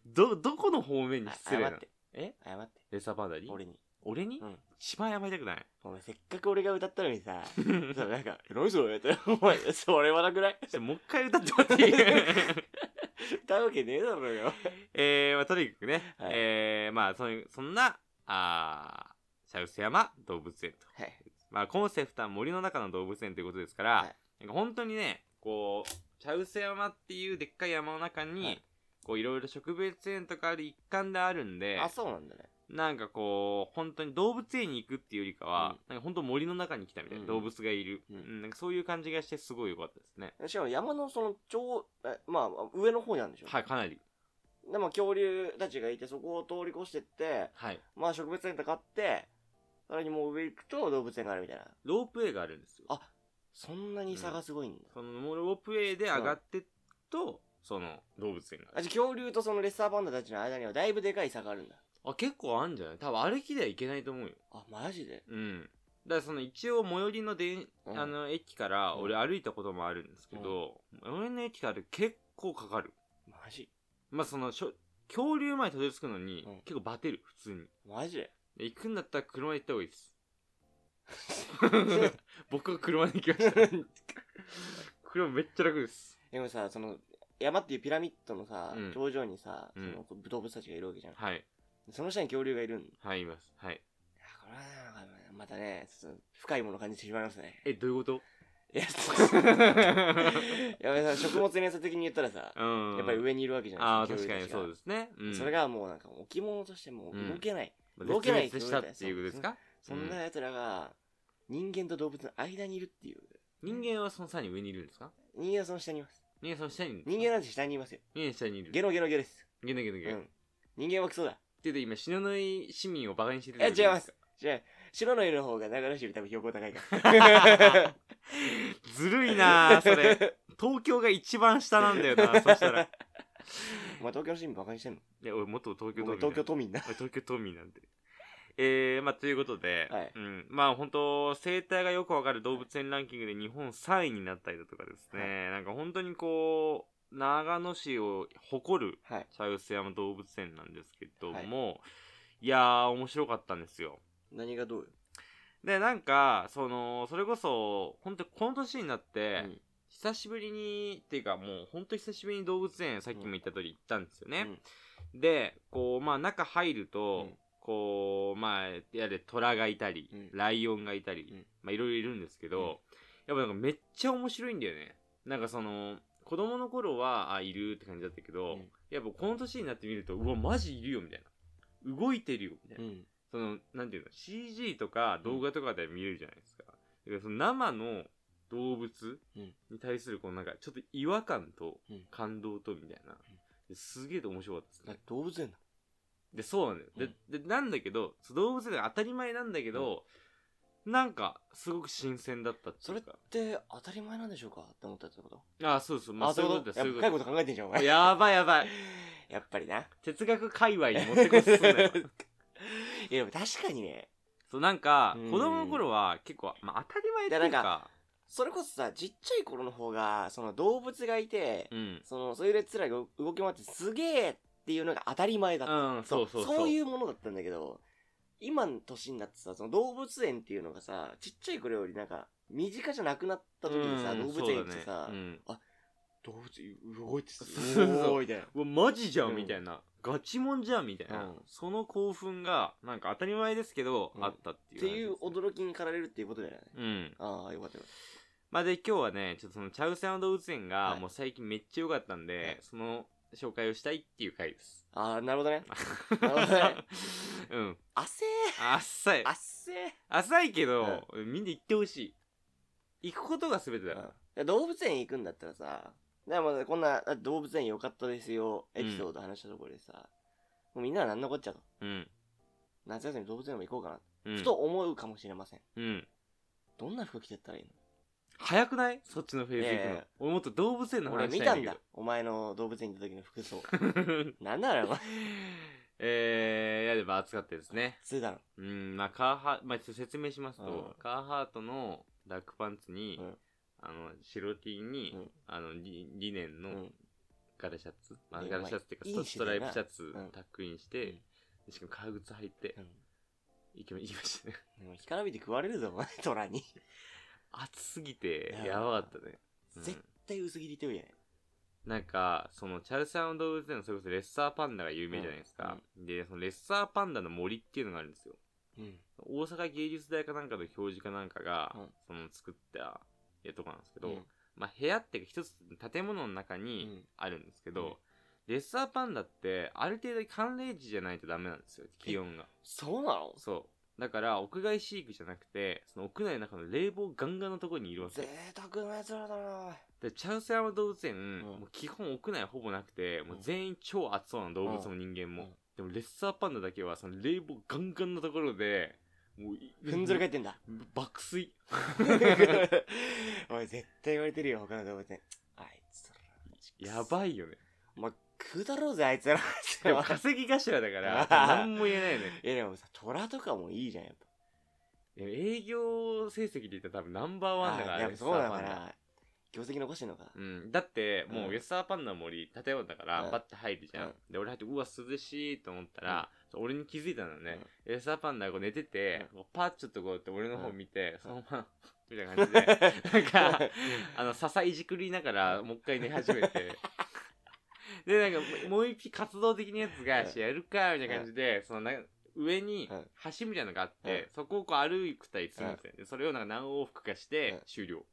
Speaker 1: ど、どこの方面に
Speaker 2: あ
Speaker 1: 失礼
Speaker 2: 謝
Speaker 1: なの
Speaker 2: って、
Speaker 1: え
Speaker 2: 謝って。
Speaker 1: レッサーパンダに
Speaker 2: 俺に。
Speaker 1: 俺に、
Speaker 2: うん
Speaker 1: 一番やばいたく ない
Speaker 2: お前、せっかく俺が歌ったのにさ、そうなんか、何それって、お前、それはなくない
Speaker 1: ちょもう一回歌ってもらって いい
Speaker 2: 歌うわけねえだろうよ。
Speaker 1: えー、まあ、とにかくね、
Speaker 2: はい
Speaker 1: えー、まあ、そのそんな、あー、シャウス山動物園と。
Speaker 2: はい。
Speaker 1: まあ、コンセプトは森の中の動物園ということですから、
Speaker 2: はい
Speaker 1: なんか本当にね、こう、茶臼山っていうでっかい山の中に、
Speaker 2: はい
Speaker 1: こういろいろ植物園とかある一環であるんで
Speaker 2: あ、そうなんだね。
Speaker 1: なんかこう本当に動物園に行くっていうよりかは、なんか本当森の中に来たみたいな、
Speaker 2: うん
Speaker 1: 動物がいる、
Speaker 2: うん
Speaker 1: うんなんかそういう感じがしてすごい良かったですね
Speaker 2: しかも山のその頂、えまあ、上の方にあるんでしょ
Speaker 1: はいかなり
Speaker 2: でも恐竜たちがいて、そこを通り越してって、
Speaker 1: はい
Speaker 2: まあ植物園とかあって、さらにもう上行くと動物園があるみたいな。
Speaker 1: ロープウェイがあるんですよ
Speaker 2: あ、そんなに差がすごいんだ。
Speaker 1: そのロープウェイで上がってっとその動物園があ
Speaker 2: あ、
Speaker 1: る
Speaker 2: じゃあ恐竜とそのレッサーパンダたちの間にはだいぶでかい差があるんだ。
Speaker 1: あ結構あるんじゃない多分歩きでは行けないと思うよ
Speaker 2: あ、マジで
Speaker 1: うん。だからその一応最寄りので
Speaker 2: うん
Speaker 1: あの駅から
Speaker 2: うん
Speaker 1: 俺歩いたこともあるんですけど、最寄りの駅から結構かかる。
Speaker 2: マジ
Speaker 1: まあそのしょ、恐竜前にたどり着くのに
Speaker 2: うん
Speaker 1: 結構バテる、普通に。
Speaker 2: マジで
Speaker 1: で行くんだったら車で行った方がいいです。 僕は車で行きました。車めっちゃ楽です。
Speaker 2: でもさ、その、山っていうピラミッドのさ、
Speaker 1: うん
Speaker 2: 頂上にさ、
Speaker 1: うん
Speaker 2: その動物たちがいるわけじゃん。
Speaker 1: はい。
Speaker 2: その下に恐竜がいるんだ。
Speaker 1: はい、います。はい。
Speaker 2: これはなんかまたね、ちょっと深いものを感じてしまいますね。
Speaker 1: え、どういうこと
Speaker 2: いや、やべさ、食物連鎖的に言ったらさ、
Speaker 1: うん。
Speaker 2: やっぱり上にいるわけじゃ
Speaker 1: あ
Speaker 2: な
Speaker 1: あ、
Speaker 2: いで
Speaker 1: 確
Speaker 2: すか。
Speaker 1: か
Speaker 2: 恐
Speaker 1: に
Speaker 2: 竜たちが
Speaker 1: そうですね。うん。
Speaker 2: それがもうなんか置物としてもう動けない。
Speaker 1: まあ、
Speaker 2: 動けない
Speaker 1: 絶滅したっていうことですか
Speaker 2: そんな奴らが、人間と動物の間にいるっていう。
Speaker 1: 人間はそのさらに上にいるんですか
Speaker 2: 人間はその下にいます。
Speaker 1: 人間はその下にいるんですか
Speaker 2: 人間なんて下にいますよ。
Speaker 1: 人間は下にいる。
Speaker 2: ゲノゲノゲです。
Speaker 1: ゲノゲノゲ
Speaker 2: う
Speaker 1: ノ。
Speaker 2: ん。人間はクソだ。
Speaker 1: って言うと今、死なない市民をバカにしてる
Speaker 2: え
Speaker 1: じゃないでか。
Speaker 2: じゃあ、白の湯の方が長野市より多分標高高いから。
Speaker 1: ずるいな あそれ。東京が一番下なんだよ な、そしたら。い
Speaker 2: お前東京の市民バカにしてんの
Speaker 1: や、俺、元東京都
Speaker 2: お
Speaker 1: 民。
Speaker 2: 前東京都民だ。
Speaker 1: 俺東京都民なんで。えー、まあ、ということで、
Speaker 2: はい
Speaker 1: うん、まあ、本当生態がよくわかる動物園ランキングで日本3位になったりだとかですね、なんか本当にこう、長野市を誇る
Speaker 2: はい。
Speaker 1: 茶臼山動物園なんですけども、い、やー、面白かったんですよ。
Speaker 2: 何がどうよ。
Speaker 1: でなんかそのそれこそ本当この年になって、
Speaker 2: うん
Speaker 1: 久しぶりにっていうかもう本当久しぶりに動物園さっきも言った通り行ったんですよね、でこうまあ中入ると、
Speaker 2: うん
Speaker 1: こうまあやれ虎がいたり、
Speaker 2: うん
Speaker 1: ライオンがいたり、
Speaker 2: うん
Speaker 1: まあいろいろいるんですけど、やっぱなんかめっちゃ面白いんだよねなんかその子供の頃はあいるって感じだったけど、
Speaker 2: うん
Speaker 1: やっぱこの年になってみるとうわマジいるよみたいな動いてるよみたいな
Speaker 2: う、ん。
Speaker 1: その、なんていうの、CG とか動画とかで見れるじゃないですか。だからその生の動物
Speaker 2: うん
Speaker 1: に対する、このなんか、ちょっと違和感と
Speaker 2: うん
Speaker 1: 感動とみたいな。ですげえ面白かったです
Speaker 2: だっ
Speaker 1: ね
Speaker 2: て。動物園だ
Speaker 1: で、そうなんだよ。で、でなんだけど、そう動物園が当たり前なんだけど、なんか、すごく新鮮だったっていうか。
Speaker 2: って当たり前なんでしょうかって思ったってこと
Speaker 1: ああ、そうそう。まあ、そういうことだ、そう
Speaker 2: や
Speaker 1: い
Speaker 2: っ
Speaker 1: う
Speaker 2: ぱ
Speaker 1: こ
Speaker 2: 深い
Speaker 1: と
Speaker 2: こと考えてんじゃん、お
Speaker 1: だ。
Speaker 2: 前。
Speaker 1: やばいやばい。
Speaker 2: やっぱりな。
Speaker 1: 哲学界隈に持ってこすん なよ。
Speaker 2: いや、でも確かにね、
Speaker 1: そう、なんか
Speaker 2: う、ん
Speaker 1: 子供の頃は結構、まあ、当たり前っていう
Speaker 2: いやなん
Speaker 1: か、
Speaker 2: それこそさ、ちっちゃい頃の方が、その動物がいて、
Speaker 1: うん。
Speaker 2: その、そういう奴らが動き回ってすげえっていうのが当たり前だった。
Speaker 1: うん、そうそう
Speaker 2: そういうものだったんだけど、今の年になってさ、その動物園っていうのがさ、ちっちゃい頃よりなんか、身近じゃなくなった時にさ、
Speaker 1: うん
Speaker 2: 動物園行って
Speaker 1: そ
Speaker 2: さ、
Speaker 1: うだね
Speaker 2: 動物動いてす
Speaker 1: そうそう
Speaker 2: ごいみたいな。
Speaker 1: うんうわマジじゃん、
Speaker 2: うん
Speaker 1: みたいなガチもんじゃんみたいな、
Speaker 2: うん
Speaker 1: その興奮がなんか当たり前ですけど、
Speaker 2: うん
Speaker 1: あったっていう
Speaker 2: っていう
Speaker 1: 話ですね
Speaker 2: 驚きに駆られるっていうことだよね。
Speaker 1: うん
Speaker 2: ああ、よかったよかっ
Speaker 1: まあで今日はねちょっとそのチャウサン動物園が
Speaker 2: はい
Speaker 1: もう最近めっちゃ良かったんで、
Speaker 2: はい
Speaker 1: その紹介をしたいっていう回です
Speaker 2: た。ああ、なるほ どね。るほどね
Speaker 1: うん
Speaker 2: 汗
Speaker 1: 浅い
Speaker 2: ー汗ー
Speaker 1: 浅いけど、みんな行ってほしい行くことが全てだから、
Speaker 2: うん動物園行くんだったらさ、でもこんなあ動物園良かったですよ、エピソード話したところでさ、もうみんなは何のこっちゃと。
Speaker 1: うん
Speaker 2: 夏休み動物園も行こうかな、
Speaker 1: うん
Speaker 2: ふと思うかもしれません。
Speaker 1: うん
Speaker 2: どんな服着てったらいい
Speaker 1: 早くないそっちのフェーズ行くの、
Speaker 2: いやいや
Speaker 1: 俺もっと動物園の
Speaker 2: の俺
Speaker 1: 話し
Speaker 2: 見
Speaker 1: た
Speaker 2: た
Speaker 1: い
Speaker 2: ん
Speaker 1: んだ
Speaker 2: だ。お前の動物園行った時の服装。
Speaker 1: けど
Speaker 2: なんならお前、
Speaker 1: えー、いやでも暑かったですね
Speaker 2: つうだろ。
Speaker 1: うん、まあ、カーハまあ、ちょっと説明しますと、
Speaker 2: うん
Speaker 1: カーハートのダックパンツに、
Speaker 2: うん
Speaker 1: あの、白 T に、
Speaker 2: うん
Speaker 1: あの、リリネン
Speaker 2: う
Speaker 1: の
Speaker 2: ん。
Speaker 1: 柄シャツ、まあ、
Speaker 2: いや
Speaker 1: 柄シャツっていうか
Speaker 2: いい
Speaker 1: スト、ストライプシャ
Speaker 2: 種
Speaker 1: ツ
Speaker 2: 類だなうん
Speaker 1: タックインして、しかも革靴履いて
Speaker 2: う、ん。
Speaker 1: 行きま行きましたね。
Speaker 2: でも干からびて食われるぞ、お前、虎に。
Speaker 1: 暑すぎて
Speaker 2: い、や
Speaker 1: やばかったね。うん
Speaker 2: 絶対薄切りって言うやね。
Speaker 1: なんか、その、チャルサウン動物園のそれこそレッサーパンダが有名じゃないですか。で、そのレッサーパンダの森っていうのがあるんですよ。
Speaker 2: うん。
Speaker 1: 大阪芸術大かなんかの表示かなんかが、
Speaker 2: うん
Speaker 1: その作った、えとこなんですけど、
Speaker 2: うん
Speaker 1: まあ、部屋っていうか一つ建物の中
Speaker 2: う
Speaker 1: に
Speaker 2: ん。
Speaker 1: あるんですけ
Speaker 2: うん
Speaker 1: ど、レッサーパンダってある程度寒冷地じゃないとダメなんですよ気温が
Speaker 2: そうなの
Speaker 1: そうだから屋外飼育じゃなくてその屋内の中の冷房ガンガンのところにいるわけ
Speaker 2: 贅沢な奴らだな
Speaker 1: でチャウス山動物園、
Speaker 2: ん
Speaker 1: もう基本屋内ほぼなくてもううん全員超暑そうな動物も人間も、でもレッサーパンダだけはその冷房ガンガンのところでもうい
Speaker 2: ふんぞり 返ってんだ。
Speaker 1: 爆睡
Speaker 2: おい、絶対言われてるよ、他の動物園。あいつら。
Speaker 1: やばいよ ね
Speaker 2: お前、食うだろうぜ、あいつら。
Speaker 1: でも稼ぎ頭だ から何も言えないよね
Speaker 2: いやでもさ、虎とかもいいじゃん、やっ
Speaker 1: でも営業成績で言ったら多分ナンバー
Speaker 2: ぱ。
Speaker 1: ワンだか
Speaker 2: あ
Speaker 1: ら
Speaker 2: やっ
Speaker 1: レッサ
Speaker 2: ぱそうな
Speaker 1: ー
Speaker 2: の
Speaker 1: パ
Speaker 2: か
Speaker 1: ンダ
Speaker 2: な。業績残してんのか。
Speaker 1: うん、だっても
Speaker 2: う
Speaker 1: うんレッサーパンダの森建物だから
Speaker 2: うん
Speaker 1: バッて入るじゃん、
Speaker 2: うん
Speaker 1: で俺入ってうわ涼しいと思ったら、俺に気づいたのね、レッサーパンダがこう寝てて、こうパッちょっとこうやって俺の方見て、そのま まみたいな感じでなんかあの笹いじくりながらもう一回寝始め てでなんかもう一匹活動的なやつが
Speaker 2: うん
Speaker 1: しやるかみたいな感じで、そのな上に
Speaker 2: うん
Speaker 1: 橋みたいなのがあって、
Speaker 2: うん
Speaker 1: そこをこう歩いたりするんですよ、でそれをなんか何往復かして、
Speaker 2: うん
Speaker 1: 終了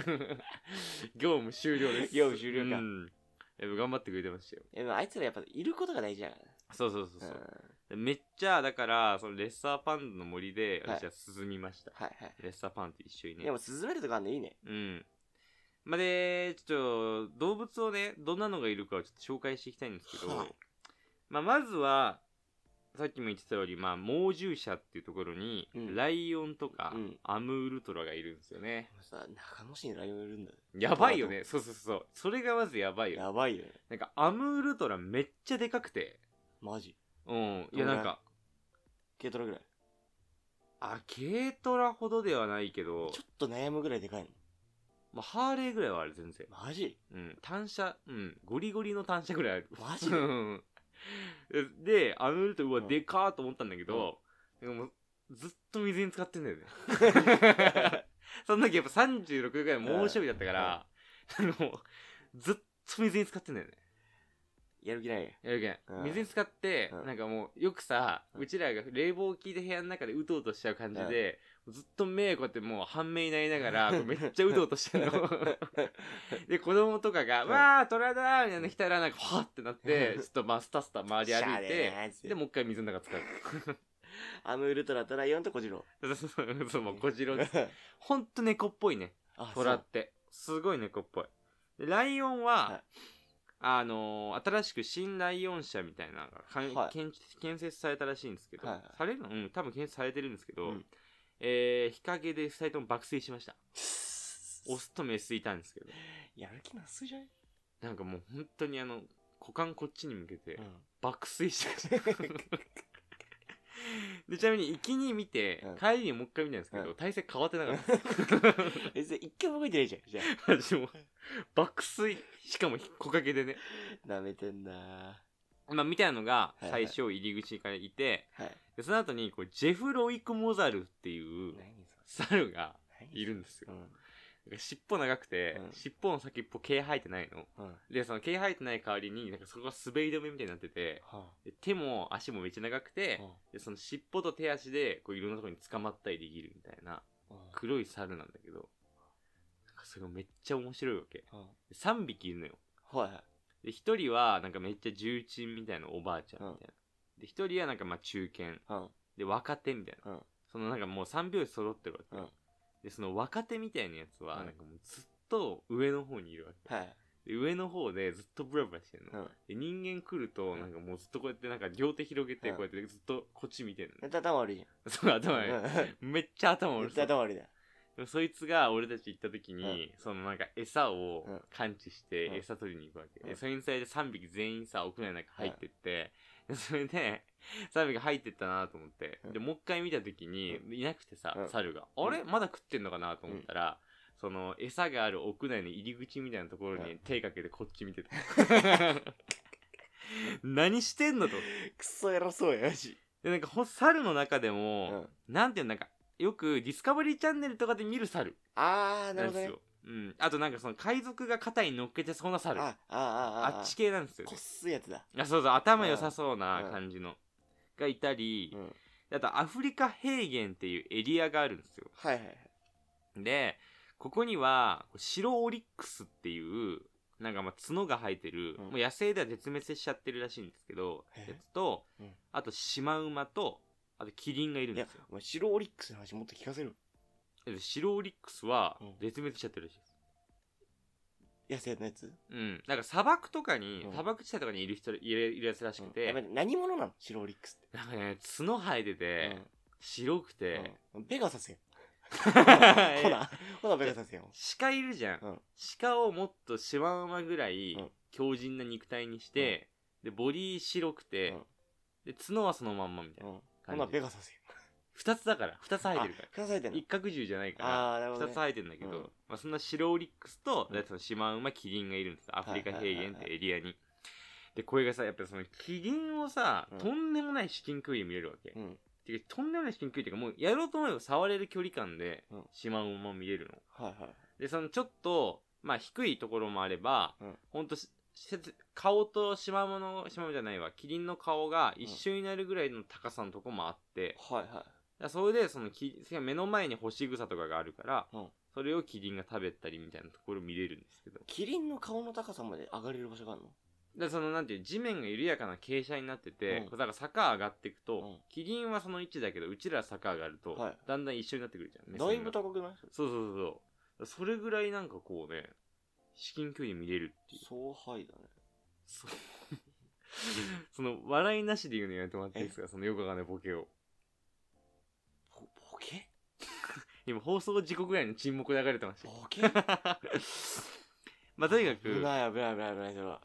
Speaker 1: 業務終了です
Speaker 2: 業務終了か
Speaker 1: うんやっぱ頑張ってくれてましたよ
Speaker 2: でもあいつらやっぱいることが大事だからね、
Speaker 1: そうそうそうそううんでめっちゃだからそのレッサーパンダの森で
Speaker 2: はい
Speaker 1: 私は進みました、
Speaker 2: はいはい。
Speaker 1: レッサーパンダと一緒にね
Speaker 2: でも、スズメるとかあんのいいね。
Speaker 1: うん。まあ、で、ちょっと、動物をね、どんなのがいるかをちょっと紹介していきたいんですけど、
Speaker 2: はい
Speaker 1: まあ、まずは、さっきも言ってたより、まあ、猛獣舎っていうところに、
Speaker 2: うん
Speaker 1: ライオンとか、
Speaker 2: うん
Speaker 1: アムールトラがいるんですよね。
Speaker 2: でもさ、中野市にライオンいるんだよ。
Speaker 1: やばいよね。そうそうそう。それがまずやばいよ。
Speaker 2: やばいよね。
Speaker 1: なんか、アムールトラめっちゃでかくて、
Speaker 2: マジ。
Speaker 1: うん。い
Speaker 2: ど
Speaker 1: や、
Speaker 2: んぐらい
Speaker 1: なんか、
Speaker 2: 軽トラぐらい。
Speaker 1: あ、軽トラほどではないけど
Speaker 2: ちょ、っと悩むぐらいでかいの。
Speaker 1: まあ、ハーレーぐらいはある、全然。
Speaker 2: マジ
Speaker 1: うん。単車、うん。ゴリゴリの単車ぐらいある。
Speaker 2: マジ
Speaker 1: う
Speaker 2: で
Speaker 1: んで、あのルト、うわ、
Speaker 2: うん
Speaker 1: でかーと思ったんだけど、でもずっと水に浸かってんだよね。 その時やっぱ36度ぐらい猛暑日だったから、あの、ずっと水に浸かってんだよね。
Speaker 2: やる気ないよ。
Speaker 1: やるけ
Speaker 2: うん
Speaker 1: ん。水に浸かって、
Speaker 2: うん
Speaker 1: なんかもう、よくさ、うちらが冷房を効いて部屋の中でうとうとしちゃう感じで、ずっと目こうやってもう半目になりながら、こうめっちゃうとうとしてんの。で、子供とかが、
Speaker 2: うん
Speaker 1: わー、虎だーみたいなの来たら、なんか、はーってなって、
Speaker 2: う
Speaker 1: ちょ
Speaker 2: ん
Speaker 1: っとまあ、スタスタ周り
Speaker 2: シャ
Speaker 1: 歩
Speaker 2: ー
Speaker 1: い
Speaker 2: レ
Speaker 1: て
Speaker 2: ーな、やつ
Speaker 1: で、もう一回水の中使う。
Speaker 2: アムウルトラとライオンと小次郎。
Speaker 1: そうそうそうそう、もう小次郎です。
Speaker 2: あ
Speaker 1: ほんと猫っぽいね。
Speaker 2: そう
Speaker 1: 虎って。すごい猫っぽい。で、ライオンは、
Speaker 2: はい
Speaker 1: あのー新しく新ライオン社みたいなのがかん、
Speaker 2: はい
Speaker 1: 建建設されたらしいんですけど、
Speaker 2: はいはい
Speaker 1: されるのうん、多分建設されてるんですけど、
Speaker 2: うん
Speaker 1: えー日陰で二人とも爆睡しました。オスとメスいたんですけど、
Speaker 2: やる気なすじゃない
Speaker 1: なんかもう本当にあの、股間こっちに向けて
Speaker 2: うん、
Speaker 1: 爆睡してました。 でちなみに行きに見て、
Speaker 2: うん
Speaker 1: 帰りにもう一回見たんですけど、
Speaker 2: うん
Speaker 1: 体勢変わってなか ったです
Speaker 2: 別に一回も動いてないじゃん。じゃ
Speaker 1: 私も爆睡しかも木陰でね
Speaker 2: あ、舐めてんな
Speaker 1: まあみたいなのが
Speaker 2: いは
Speaker 1: 最
Speaker 2: い
Speaker 1: 初入り口からいて、
Speaker 2: はい。
Speaker 1: でその後にこうジェフ・ロイクモザルっていう
Speaker 2: 何そ
Speaker 1: 猿が
Speaker 2: れ
Speaker 1: いるんですよ
Speaker 2: う、
Speaker 1: なんか尻尾長くて、
Speaker 2: うん
Speaker 1: 尻尾の先っぽ毛生えてないの
Speaker 2: ん。うん。は
Speaker 1: でその毛生えてない代わりになんかそこが滑り止めみたいになってて
Speaker 2: あ。
Speaker 1: で手も足もめっちゃ長くて、でその尻尾と手足でこういろんなところに捕まったりできるみたいな
Speaker 2: う
Speaker 1: 黒い猿なんだけどなんかそれがめっちゃ面白いわけ
Speaker 2: ん。うん。
Speaker 1: で3匹いるのよ
Speaker 2: はいはい。
Speaker 1: で、一人は、なんかめっちゃ重鎮みたいなおばあちゃんみたいな。で、一人はなんかまあ中堅。
Speaker 2: うん。
Speaker 1: で、若手みたいな。
Speaker 2: うん
Speaker 1: そのなんかもう3拍子揃ってるわけ。
Speaker 2: うん
Speaker 1: で、その若手みたいなやつは、
Speaker 2: うん
Speaker 1: なんかもうずっと上の方にいるわけ。
Speaker 2: はい。
Speaker 1: で、上の方でずっとブラブラしてる
Speaker 2: う
Speaker 1: の。
Speaker 2: ん。
Speaker 1: で、人間来ると、
Speaker 2: うん
Speaker 1: なんかもうずっとこうやってなんか両手広げて、
Speaker 2: うん
Speaker 1: こうやってずっとこっち見てるの。
Speaker 2: 絶対頭悪いじ
Speaker 1: そう、頭
Speaker 2: ゃん。
Speaker 1: ね。
Speaker 2: う
Speaker 1: めっちゃ頭
Speaker 2: ん。
Speaker 1: 悪
Speaker 2: 絶
Speaker 1: そ
Speaker 2: 対
Speaker 1: う。
Speaker 2: 頭悪いだよ。
Speaker 1: でもそいつが俺たち行った時に、そのなんか餌を
Speaker 2: うん
Speaker 1: 感知して
Speaker 2: うん
Speaker 1: 餌取りに行くわけ。
Speaker 2: うん
Speaker 1: でそれに際して3匹全員さ、屋内の中入ってって、でそれで、3匹入ってったなと思って、
Speaker 2: うん
Speaker 1: で、もう一回見た時に、いなくてさ、
Speaker 2: うん
Speaker 1: 猿が、
Speaker 2: ん
Speaker 1: あれまだ食ってんのかなと思ったら、その餌がある屋内の入り口みたいなところ
Speaker 2: う
Speaker 1: に
Speaker 2: ん
Speaker 1: 手かけてこっち見てた。 何してんのと。
Speaker 2: くそ偉そうやし。
Speaker 1: で、なんかほん、猿の中で
Speaker 2: う
Speaker 1: も、
Speaker 2: ん。
Speaker 1: なんていうのなんか、よくディスカバリーチャンネルとかで見る猿。
Speaker 2: あー、
Speaker 1: な
Speaker 2: なる
Speaker 1: んで
Speaker 2: ほど
Speaker 1: す
Speaker 2: ね。
Speaker 1: よ。うん。あとなんかその海賊が肩に乗っけてそうな猿。あ
Speaker 2: あ、あ、あ、あ、あ
Speaker 1: っち。系なんですよ
Speaker 2: こ。っすいやつだ。
Speaker 1: あそうそう、頭良さそうな
Speaker 2: うん
Speaker 1: 感じの。がいたり
Speaker 2: う、ん。
Speaker 1: あとアフリカ平原っていうエリアがあるんですよ。
Speaker 2: はいはいはい。
Speaker 1: で、ここには、白オリックスっていう、なんかまあ角が生えてる、
Speaker 2: うん
Speaker 1: もう野生では絶滅しちゃってるらしいんですけど、
Speaker 2: え
Speaker 1: やつと、
Speaker 2: うん
Speaker 1: あとシマウマと、あとキリンがいるん
Speaker 2: い
Speaker 1: で
Speaker 2: や
Speaker 1: すよ、
Speaker 2: お前、白オリックスの話もっと聞かせる。。
Speaker 1: だって白オリックスは
Speaker 2: うん
Speaker 1: 絶滅しちゃってるらしいです。
Speaker 2: 野生のやつ
Speaker 1: うん。なんか砂漠とかに
Speaker 2: う、ん
Speaker 1: 砂漠地帯とかにいる人、いるいるやつらしく
Speaker 2: うんやば
Speaker 1: て、
Speaker 2: い何者なの白オリックスって。
Speaker 1: なんかね、角生えてて、白く
Speaker 2: うん
Speaker 1: て、
Speaker 2: うんベガサスやん。ほ
Speaker 1: え
Speaker 2: ら、ほらベガサスやん。
Speaker 1: 鹿いるじゃん、
Speaker 2: うん
Speaker 1: 鹿をもっとシマウマぐらい
Speaker 2: うん
Speaker 1: 強靭な肉体にして、でボディ白くて、
Speaker 2: うん
Speaker 1: で角はそのまんまみたいな、
Speaker 2: うんほなベガサス
Speaker 1: 二2つだから2つ生え
Speaker 2: やん。
Speaker 1: てる
Speaker 2: あ
Speaker 1: から、
Speaker 2: ベガサスやってんの
Speaker 1: 一角獣じゃないか
Speaker 2: あー、なる
Speaker 1: ら
Speaker 2: ほど
Speaker 1: 2つ
Speaker 2: ね。
Speaker 1: 生えてんだけど、
Speaker 2: うん
Speaker 1: まあ、そんな白オリックスと、
Speaker 2: うん
Speaker 1: そのシマウマキリンがいるんですアフリカ平原ってエリアに、でこれがさやっぱりそのキリンをさ、
Speaker 2: うん
Speaker 1: とんでもない至近距離で見れるわけ、
Speaker 2: うん。
Speaker 1: てかとんでもない至近距離っていうかもうやろうと思えば触れる距離感で、
Speaker 2: うん
Speaker 1: シマウマも見れるの
Speaker 2: はいはい。
Speaker 1: で、そのちょっと、まあ低いところもあれば、
Speaker 2: うん
Speaker 1: ほんとし、せつ顔とシマウマの、シマウマじゃないわ、キリンの顔が一緒になるぐらいの高さのとこもあって、
Speaker 2: はいはい。
Speaker 1: だそれでそのキリン目の前に干し草とかがあるから、
Speaker 2: うん
Speaker 1: それをキリンが食べたりみたいなところ見れるんですけど、
Speaker 2: キリンの顔の高さまで上がれる場所があるの
Speaker 1: で、そのなんていう、地面が緩やかな傾斜になってて、
Speaker 2: うん
Speaker 1: こうだから坂上がっていくと、
Speaker 2: うん
Speaker 1: キリンはその位置だけど、うちら坂上がると、
Speaker 2: はい
Speaker 1: だんだん一緒になってくるじゃん。目線
Speaker 2: だ
Speaker 1: が
Speaker 2: いぶ高くない
Speaker 1: そうそうそうそう。それぐらいなんかこうね、至近距離見れるっていう。
Speaker 2: 総敗だね。
Speaker 1: そう その、笑いなしで言うのやめてもらっていいですかそのよくわかんないボケを。
Speaker 2: ボボケ
Speaker 1: 今、放送事故ぐらいの沈黙流れてましたよ。
Speaker 2: ボケ
Speaker 1: まあ、とにか
Speaker 2: 危
Speaker 1: く、
Speaker 2: ない危ない危ない危ないそれ は。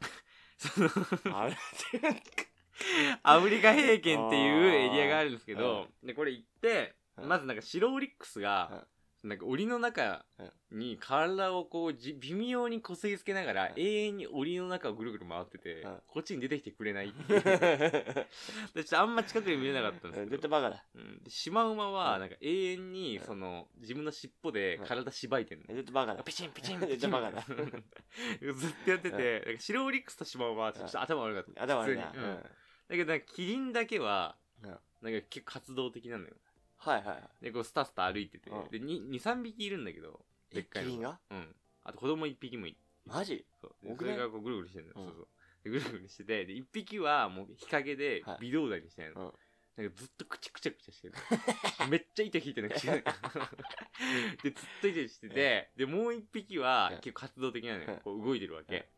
Speaker 1: その、
Speaker 2: 危ない。
Speaker 1: アフリカ平原っていうエリアがあるんですけど、で、これ行って、
Speaker 2: うん
Speaker 1: まずなんか白オリックスが、なんか檻の中に体をこうじ微妙にこすりつけながら
Speaker 2: うん
Speaker 1: 永遠に檻の中をぐるぐる回ってて
Speaker 2: うん
Speaker 1: こっちに出てきてくれないっ ていうでちょっとあんま近くで見れなかったんです
Speaker 2: うん
Speaker 1: け
Speaker 2: 絶
Speaker 1: ど
Speaker 2: 対バカだ。
Speaker 1: うんでシマウマは
Speaker 2: うん
Speaker 1: なんか永遠に
Speaker 2: うん
Speaker 1: その自分の尻尾で体しばいてるの
Speaker 2: 絶対バカだ。
Speaker 1: ピチンピチン
Speaker 2: め
Speaker 1: ピ
Speaker 2: っ
Speaker 1: チ
Speaker 2: ちゃ
Speaker 1: ン
Speaker 2: バ カだ
Speaker 1: ずっとやっててなんかシロオリックスとシマウマはちょっと頭悪かった
Speaker 2: 頭悪い
Speaker 1: 普
Speaker 2: な。
Speaker 1: 通
Speaker 2: う
Speaker 1: にう
Speaker 2: ん
Speaker 1: んだけどなんかキリンだけは
Speaker 2: うん
Speaker 1: なんか結構活動的なのよ
Speaker 2: はいはいはい。
Speaker 1: でこうスタスタ歩いてて
Speaker 2: うん
Speaker 1: で23匹いるんだけどでっ
Speaker 2: え
Speaker 1: か
Speaker 2: キ
Speaker 1: いの
Speaker 2: リンが
Speaker 1: うんあと子供1匹もいて
Speaker 2: マジ
Speaker 1: そうで
Speaker 2: 多
Speaker 1: そ
Speaker 2: くない
Speaker 1: れがこうぐるぐるしてるの、
Speaker 2: うん
Speaker 1: そうそうでぐるぐるしててで1匹はもう日陰で
Speaker 2: はい
Speaker 1: 微動だにしてないの、なんかずっとくちゃくちゃくちゃしてる めっちゃ糸引いてるの口の 中でずっと糸しててでもう1匹は
Speaker 2: うん
Speaker 1: 結構活動的なの
Speaker 2: うん
Speaker 1: よこう動いてるわけ、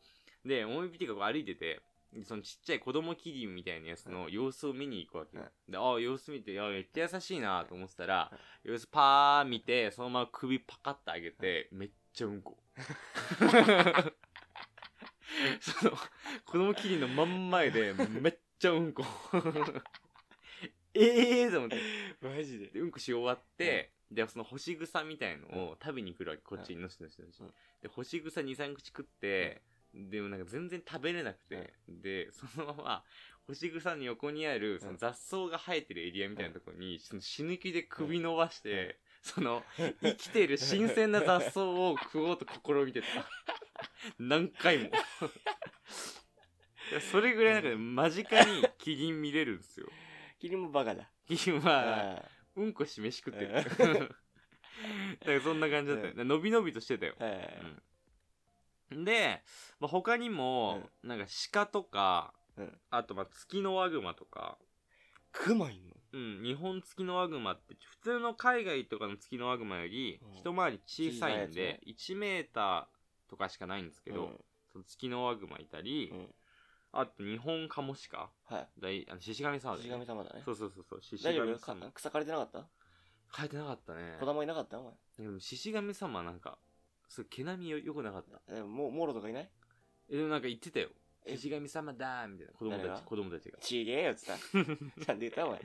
Speaker 1: でもう1匹がこう歩いててでそのちっちゃい子供キリンみたいなやつの様子を見に行くわけよ、でああ様子見ていやめっちゃ優しいなと思ってたら、様子パー見てそのまま首パカッと上げて、めっちゃうん こ その 子供キリンの真ん前でめっちゃうんこ ええーと思って
Speaker 2: マジで
Speaker 1: でうんこし終わって、でその干し草みたいのを食べに来るわけこっちにのしのしのし、
Speaker 2: うん
Speaker 1: で干し草23口食って、でもなんか全然食べれなくて、でそのまま干し草の横にあるその雑草が生えてるエリアみたいなところに、その死ぬ気で首伸ばして、
Speaker 2: うん
Speaker 1: その生きてる新鮮な雑草を食おうと試みてた何回 もいやそれぐらいなんかね間近にキリン見れるんですよ
Speaker 2: キリンもバカだ。
Speaker 1: キリンは
Speaker 2: あ
Speaker 1: うんこし飯食ってる。
Speaker 2: え
Speaker 1: だからそん な感じだったよ。
Speaker 2: え
Speaker 1: 伸び伸びとしてたよ
Speaker 2: ー。えー
Speaker 1: うんで、まあ、他にも、なんか鹿とか、
Speaker 2: うん
Speaker 1: あとまあ月のワグマとか、
Speaker 2: クマいんの
Speaker 1: うん、日本月のワグマって普通の海外とかの月のワグマより
Speaker 2: うん
Speaker 1: 一回り小さいん
Speaker 2: 小さいや
Speaker 1: で、1メーターとかしかないんですけど、
Speaker 2: うん
Speaker 1: その月のワグマいたり、
Speaker 2: うん
Speaker 1: あと日本カモシカ、
Speaker 2: はい。
Speaker 1: だいあの獅子神様で、
Speaker 2: 石神様だね
Speaker 1: そ。うそうそうそう、獅子
Speaker 2: 大丈
Speaker 1: 神
Speaker 2: 夫
Speaker 1: 様
Speaker 2: か。草刈れてなかった
Speaker 1: 変えてなかったね。
Speaker 2: 子供いなかったお
Speaker 1: でも、獅子神様なんか、それ毛並みよ良くなかった。
Speaker 2: 前。えもう、モロとかいない
Speaker 1: え、でもなんか言ってたよ。
Speaker 2: え
Speaker 1: 獅子神様だーみたいな、子供
Speaker 2: 誰
Speaker 1: た
Speaker 2: が
Speaker 1: ち、子供たちが。
Speaker 2: ちげえよっつった。なんで言ったお前。
Speaker 1: い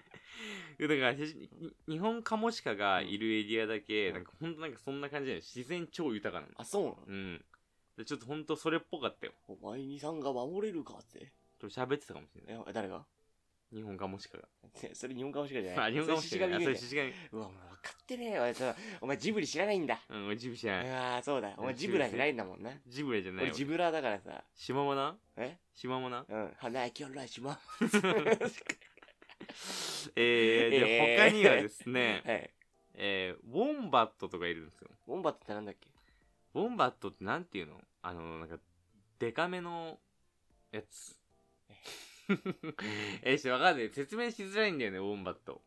Speaker 1: やだから、獅子に日本カモシカがいるエリアだけ、
Speaker 2: うん
Speaker 1: なんかほんとなんかそんな感じだよ。自然超豊かなの。
Speaker 2: あ、そうなの
Speaker 1: うん。でちょっとほんとそれっぽかったよ。
Speaker 2: お前にさんが守れるかって。
Speaker 1: ちょっと喋ってたかもしれない。
Speaker 2: え、誰が
Speaker 1: 日本カモシカが。
Speaker 2: せそれ日本かもしれない。
Speaker 1: あ、日本カモシカが。あ
Speaker 2: そ
Speaker 1: そ
Speaker 2: れ
Speaker 1: れ
Speaker 2: 獅子神
Speaker 1: 獅子神。
Speaker 2: うわ、お前分かってねえよお前さ。お前ジブリ知らないんだ。
Speaker 1: うん、俺ジブリじ
Speaker 2: う
Speaker 1: ゃない。
Speaker 2: わ、そうだ。お前ジブラじゃないんだもんな。
Speaker 1: ジブリじゃない
Speaker 2: 俺
Speaker 1: よ。
Speaker 2: ジブラだからさ。
Speaker 1: シマウマな
Speaker 2: え
Speaker 1: シマウ マな
Speaker 2: うん。花焼きおらしま。
Speaker 1: えー、で、
Speaker 2: えー
Speaker 1: 他にはですね、
Speaker 2: はい。
Speaker 1: えー、ウォンバットとかいるんですよ。
Speaker 2: ウォンバットってなんだっけ
Speaker 1: ウォンバットってなんていうのあの、なんか、デカめの、や つ。え、ちょっとわかんない。説明しづらいんだよね、ウォンバット。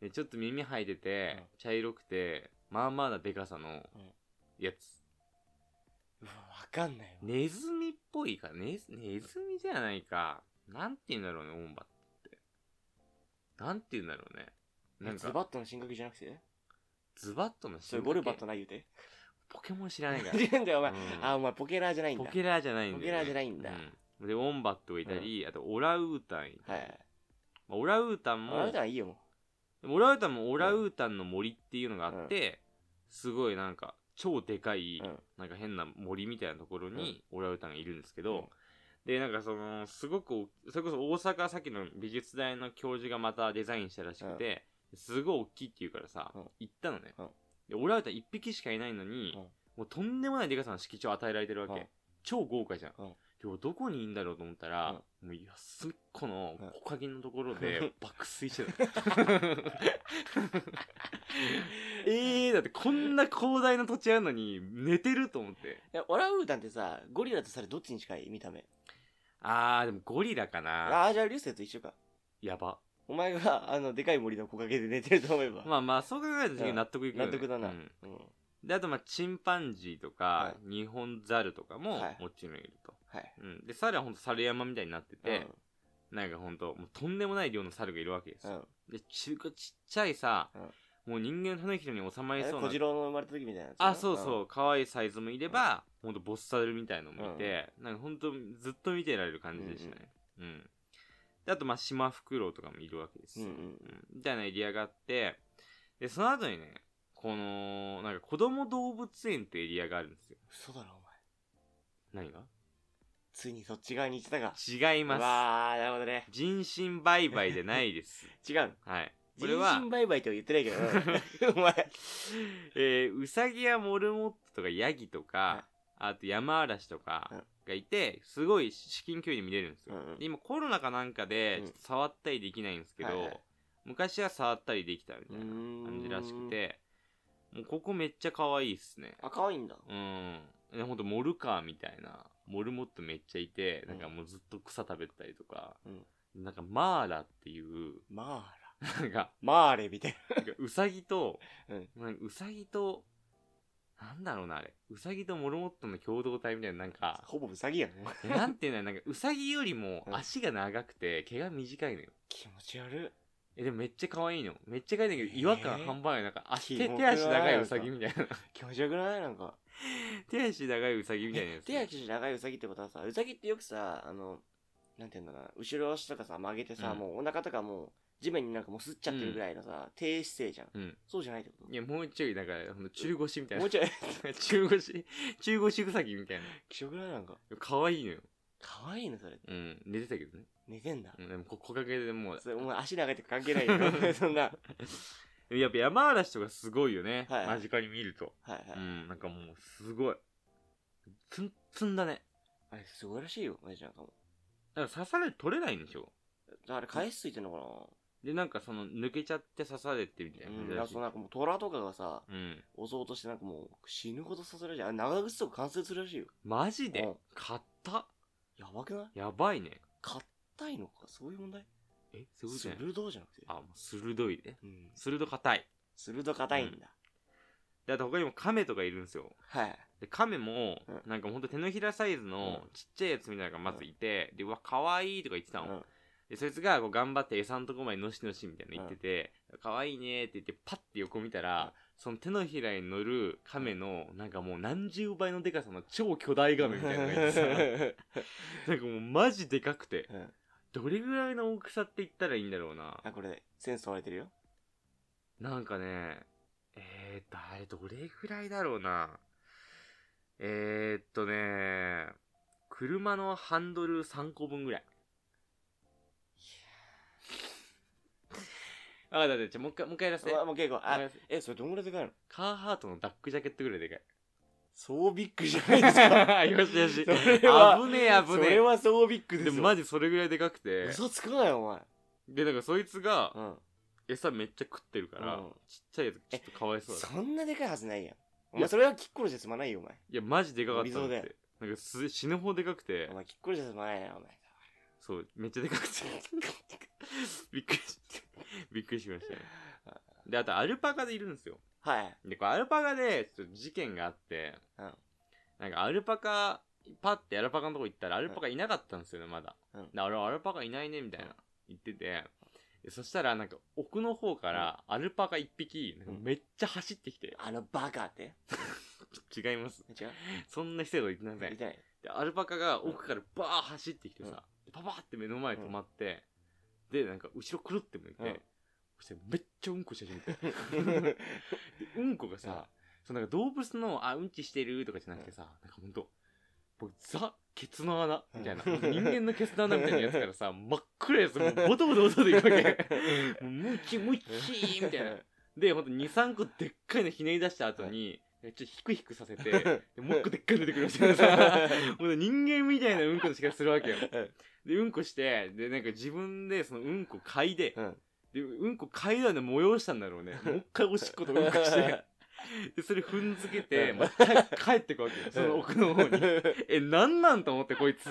Speaker 1: でちょっと耳生えてて
Speaker 2: うん、
Speaker 1: 茶色くて、まあまあなデカさの
Speaker 2: うん、
Speaker 1: やつ。
Speaker 2: うわ、わかんないわ。
Speaker 1: ネズミっぽいか、ネズネズミじゃないか。なんて言うんだろうね、ウォンバットって。なんて言うんだろうね。なん
Speaker 2: ズ
Speaker 1: か、
Speaker 2: バットの進化系じゃなくて
Speaker 1: ズバットの
Speaker 2: そ
Speaker 1: 進化
Speaker 2: れ
Speaker 1: 系
Speaker 2: ゴルバットな言うて。
Speaker 1: ポケモン知らないから。
Speaker 2: 違うんだよ、お前。
Speaker 1: うん
Speaker 2: あ、お前ポケラーじゃないんだ。
Speaker 1: ポケラーじゃないんだよ、ね。
Speaker 2: ポケラーじゃないんだ
Speaker 1: うんで、ウォンバットがいたり、あと、オランウータンいた
Speaker 2: は
Speaker 1: り。
Speaker 2: い。
Speaker 1: まあオランウータン
Speaker 2: もうあ
Speaker 1: も
Speaker 2: なた、はいいよ、も
Speaker 1: でもオランウータンもオランウータンの森っていうのがあって、すごいなんか、超でかい、
Speaker 2: う。うん。
Speaker 1: なんか変な森みたいなところにオランウータンがいるんですけど、で、なんかその、すごくお、それこそ大阪さっきの美術大の教授がまたデザインしたらしくて、すごい大きいって言うからさ、
Speaker 2: うん
Speaker 1: 行ったのね。
Speaker 2: うん
Speaker 1: で、オランウータン一匹しかいないのに、
Speaker 2: うん
Speaker 1: もうとんでもないデカさの敷地を与えられてるわけ。
Speaker 2: うん
Speaker 1: 超豪華じゃん。
Speaker 2: うん
Speaker 1: で俺どこにいんだろうと思ったら、もう安っこの
Speaker 2: うん
Speaker 1: 木陰のところで 爆睡してた。えー、だってこんな広大な土地あるのに寝てると思って。
Speaker 2: えオランウータンってさ、ゴリラとされどっちに近い見た目。
Speaker 1: あー、でもゴリラかな。
Speaker 2: ああ、じゃあ流星と一緒か。
Speaker 1: やば。
Speaker 2: お前が、あの、でかい森の木陰で寝てると思えば。
Speaker 1: まあまあ、そう考えた時納得いくよね。
Speaker 2: 納得だな。
Speaker 1: う
Speaker 2: うんん。
Speaker 1: で、あとまあ、チンパンジーとか
Speaker 2: は、
Speaker 1: ニホンザルとかも
Speaker 2: はい
Speaker 1: もちろんいると。
Speaker 2: はい。
Speaker 1: うん。で、猿はほんと猿山みたいになってて、
Speaker 2: う
Speaker 1: なんかほんと、もうとんでもない量の猿がいるわけです
Speaker 2: ん。う
Speaker 1: よ。
Speaker 2: ん。
Speaker 1: で、中華ちっちゃいさ、もう人間の種人に収ま
Speaker 2: あ
Speaker 1: り
Speaker 2: れ
Speaker 1: そう
Speaker 2: 小
Speaker 1: な
Speaker 2: 次。郎の生まれた時みたいなやつな。
Speaker 1: あ、そう
Speaker 2: う
Speaker 1: そ
Speaker 2: ん。
Speaker 1: う。可愛いサイズもいれば、ほんとボス猿みたいのもいて、なんかほんとずっと見てられる感じでしたね。うん。で、あとまあ、シマフクロウとかもいるわけです
Speaker 2: うん
Speaker 1: よ
Speaker 2: う。ん。
Speaker 1: みたいなエリアがあって、で、その後にね、この、なんか子供動物園ってエリアがあるんですよ。
Speaker 2: 嘘だろ、お前。
Speaker 1: 何が
Speaker 2: ついにそっち側に行ってたか。
Speaker 1: 違いま
Speaker 2: わあ、なるほどね
Speaker 1: す。。人身売買じゃない です。
Speaker 2: 違う。
Speaker 1: はい。こ
Speaker 2: 人
Speaker 1: れは
Speaker 2: 身、売買とは言ってないけどな、 お前。
Speaker 1: えー、ウサギやモルモットとかヤギとか
Speaker 2: は、
Speaker 1: あと山嵐とか
Speaker 2: うん
Speaker 1: がいて、すごい至近距離で見れるんですよ
Speaker 2: うんう。ん
Speaker 1: で今コロナかなんかで、
Speaker 2: うん
Speaker 1: ちょっと触ったりできないんですけど
Speaker 2: はいはい、
Speaker 1: 昔は触ったりできたみたいな感
Speaker 2: 感
Speaker 1: じらしく。て、もうここめっちゃ可愛いっすね。
Speaker 2: あ、可愛いんだ。
Speaker 1: うん。で、ほんと、モルカーみたいな、モルモットめっちゃいて、
Speaker 2: うん
Speaker 1: なんかもうずっと草食べてたりとか、
Speaker 2: うん
Speaker 1: なんかマーラっていう、
Speaker 2: マーラ。
Speaker 1: なんか、
Speaker 2: マーレみたい
Speaker 1: なんかウサギと、
Speaker 2: うん
Speaker 1: なんかウサギと、なんだろうな、あれ。ウサギとモルモットの共同体みたいな、なん
Speaker 2: な。
Speaker 1: か、
Speaker 2: ほぼウサギやん。
Speaker 1: えなんていうんだろう、なんかウサギよりも
Speaker 2: うん
Speaker 1: 足が長くて、毛が短いのよ。
Speaker 2: 気持ち悪い。
Speaker 1: え、でもめっちゃ可愛いの。めっちゃ可愛いんだけど、違和感
Speaker 2: えー
Speaker 1: 半端ない。なんか、足、
Speaker 2: キ
Speaker 1: 手
Speaker 2: モく
Speaker 1: 手
Speaker 2: ない
Speaker 1: 足長いウサギみたいな。
Speaker 2: 気持ち悪くないなんか。
Speaker 1: 手足長いウサギみたいな やつ。
Speaker 2: 手足長いウサギってことはさ、ウサギってよくさ、あの、なんていうんだろうな、後ろ足とかさ、曲げてさ、
Speaker 1: うん
Speaker 2: もうお腹とかもう、地面になんかもうすっちゃってるぐらいのさ、低姿勢じゃん。
Speaker 1: うん
Speaker 2: そうじゃないってこと
Speaker 1: いや、もうちょい、なんか、ほんと中腰みたい
Speaker 2: も
Speaker 1: な
Speaker 2: う。ちょ い、
Speaker 1: 中腰、中腰草木みたいな。
Speaker 2: 気持ち悪くないなんか。
Speaker 1: 可愛いのよ。
Speaker 2: 可愛いのそれ。
Speaker 1: うん。寝てたけどね。
Speaker 2: 寝てんだ
Speaker 1: う。ん、でも、こ、木陰でも
Speaker 2: それお前足長いとか関係ない よ。そんな。
Speaker 1: う、やっぱ山嵐とかすごいよね。
Speaker 2: はい
Speaker 1: 間近に見ると。
Speaker 2: はいは
Speaker 1: う
Speaker 2: い。
Speaker 1: ん、なんかもう、すごい。ツンツンだね。
Speaker 2: あれ、すごいらしいよ、マジなんかも。
Speaker 1: だから刺されて取れないんでしょ
Speaker 2: あれ、返しついてんのか
Speaker 1: で、なんかその、抜けちゃって刺されてみたい
Speaker 2: な
Speaker 1: な
Speaker 2: うん。
Speaker 1: 感じ
Speaker 2: だから
Speaker 1: らしい
Speaker 2: そうなんかもう、虎とかがさ、
Speaker 1: うん。
Speaker 2: 襲おうとしてなんかもう、死ぬほど刺されるじゃん。あれ長靴とか完成するらしいよ。
Speaker 1: マジ
Speaker 2: う
Speaker 1: で
Speaker 2: ん
Speaker 1: 買った
Speaker 2: やばくない
Speaker 1: やばいね。
Speaker 2: 硬いのかそういう問題
Speaker 1: え、そういうことじゃない
Speaker 2: 鋭じゃなくて。
Speaker 1: あ、もう鋭いね。
Speaker 2: うん。
Speaker 1: 鋭硬い。
Speaker 2: 鋭硬いんだ。
Speaker 1: で、あと他にも亀とかいるんですよ。
Speaker 2: はい。
Speaker 1: で、亀も
Speaker 2: うん、
Speaker 1: なんかほんと手のひらサイズの
Speaker 2: うん
Speaker 1: ちっちゃいやつみたいなのがまずいて、で、うわ、かわいいとか言ってた
Speaker 2: う
Speaker 1: の。
Speaker 2: ん
Speaker 1: で、そいつがこう頑張って餌のとこまでのしのしみたいなの言ってて、かわいいねって言って、パッて横見た
Speaker 2: うん
Speaker 1: ら、その手のひらに乗る亀の、なんかもう何十倍のデカさの超巨大亀みたいなのが いてさ、なんかもうマジでかくて、
Speaker 2: うん
Speaker 1: どれぐらいの大きさって言ったらいいんだろうな。
Speaker 2: あ、これ、センス問われてるよ。
Speaker 1: なんかね、えーっと、あれどれぐらいだろうな。えー、っとね、車のハンドル3個分ぐらい。わかったわかった、じゃあもう一回、もう一回やらせて。
Speaker 2: うわもう結構、
Speaker 1: もう一回
Speaker 2: あ
Speaker 1: やらせて
Speaker 2: え、それどんぐらいでかいの
Speaker 1: カーハートのダックジャケットぐらいでかい。
Speaker 2: そうビッグじゃないですか。
Speaker 1: よしよし
Speaker 2: それは
Speaker 1: 危ねえ危ねえ
Speaker 2: それはそうビッグで
Speaker 1: で
Speaker 2: すよ。
Speaker 1: もマジそれぐらいでかくて。
Speaker 2: 嘘つくなよ、お前。
Speaker 1: で、なんかそいつが
Speaker 2: うん。
Speaker 1: 餌めっちゃ食ってるから、
Speaker 2: うん
Speaker 1: ちっちゃいやつちょっとかわいそうだね
Speaker 2: そんなでかいはずないやん。お前それはきっころじゃ済まないよ、お前。
Speaker 1: いや、マジでかかったんだっ
Speaker 2: 微増
Speaker 1: て。なんかす死ぬほどでかくて
Speaker 2: お、前きっころじゃ済まないな、お前。
Speaker 1: そう、めっちゃでかくて。 びっくりし、 びっくりしましたね。で、あと、アルパカでいるんですよ。
Speaker 2: はい。
Speaker 1: で、これアルパカで、ちょっと事件があって、
Speaker 2: うん
Speaker 1: なんかアルパカ、パッてアルパカのとこ行ったら、アルパカいなかったんですよね、まだ。
Speaker 2: うん
Speaker 1: で、あれ、アルパカいないね、みたいな、言ってて、でそしたら、なんか、奥の方から、アルパカ一匹、なんかめっちゃ走ってきて、
Speaker 2: あのバカって。
Speaker 1: 違います。
Speaker 2: 違う
Speaker 1: そんな失礼なこと言ってません
Speaker 2: 見。てない。
Speaker 1: で、アルパカが奥からバー走ってきてさ、パパーって目の前止まって、で、なんか後ろくるって向いて、
Speaker 2: うん
Speaker 1: そしてめっちゃうんこし始めて。でうんこがさ、そうなんか動物の、あ、うんちしてるとかじゃなくてさ、なんかほんと、もうザ、ケツの穴みたいな、
Speaker 2: うん
Speaker 1: 人間のケツの穴みたいなやつからさ、真っ暗いやつ、もうボトボトボトでいくわけ。 もうムチムチーみたいな。で、ほんと2、3個でっかいのひねり出した後に、ちょっとヒクヒクさせて、でもう一個でっかいの出てくるみたいな さもう人間みたいなうんこの仕方するわけよ。で、うんこして、で、なんか自分でそのうんこ嗅いで、
Speaker 2: うん
Speaker 1: で、うんこ嗅いだの催したんだろうね。もう一回おしっことうんこ して、で、それ踏んづけて、
Speaker 2: うん
Speaker 1: また帰ってくわけよ。その奥の方 に。え、なんなんと思ってこいつ。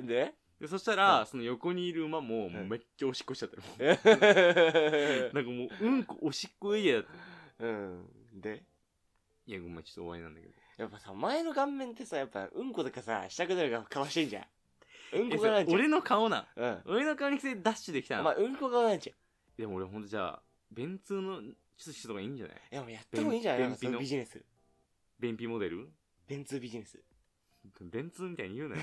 Speaker 2: で
Speaker 1: で、そしたら、
Speaker 2: う
Speaker 1: その横にいる馬も、もうめっちゃおしっこしちゃったよ。なんかもう、うんこ、おしっこエリアだった。
Speaker 2: うん。で
Speaker 1: いや、ごめん、ちょっと終わりなんだけど。
Speaker 2: やっぱさ、前の顔面ってさ、やっぱうんことかさ、したくなる顔してんじゃん。うん
Speaker 1: え、
Speaker 2: こ
Speaker 1: そ
Speaker 2: 顔な
Speaker 1: れ
Speaker 2: んじゃん。
Speaker 1: 俺の顔なん。
Speaker 2: うん。
Speaker 1: 俺の顔に来てダッシュできた
Speaker 2: お
Speaker 1: の。
Speaker 2: 前、うんこ顔なんじゃん。
Speaker 1: でも俺ほんとじゃあ、便通のちょっと人とかいいんじゃない
Speaker 2: いや、もうやってもいいんじゃない
Speaker 1: 便
Speaker 2: なんかそ
Speaker 1: 便秘
Speaker 2: ういう
Speaker 1: の
Speaker 2: ビジネス。
Speaker 1: 便秘モデル
Speaker 2: 便通ビジネス。
Speaker 1: 便通みたいに言うな よ。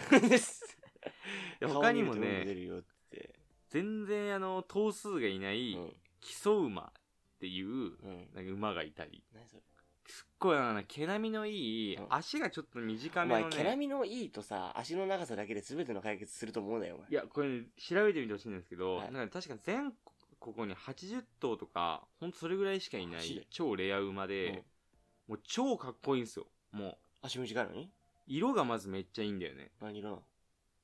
Speaker 1: や
Speaker 2: 顔
Speaker 1: 他にも
Speaker 2: 見るとうん
Speaker 1: ね
Speaker 2: こ出るよって。
Speaker 1: 全然あの、頭数がいな
Speaker 2: う
Speaker 1: い、
Speaker 2: ん。
Speaker 1: 基礎馬っていう、
Speaker 2: うん。
Speaker 1: なんか馬がいたり。
Speaker 2: 何それ
Speaker 1: すっごいあの、毛並みのいい
Speaker 2: うん、
Speaker 1: 足がちょっと短
Speaker 2: お
Speaker 1: め
Speaker 2: 前、
Speaker 1: の
Speaker 2: 毛並
Speaker 1: ね。
Speaker 2: みのいいとさ、足の長さだけで全ての解決すると思うなよ、お前
Speaker 1: い。や、これね、調べてみてほしいんですけど、
Speaker 2: はい
Speaker 1: なんか確か全国に80頭とか、ほんとそれぐらいしかいな
Speaker 2: マジで
Speaker 1: い超レア馬
Speaker 2: うん
Speaker 1: で、もう超かっこいいんですよ。もう、
Speaker 2: 足短いのに
Speaker 1: 色がまずめっちゃいいんだよね。
Speaker 2: 何色なの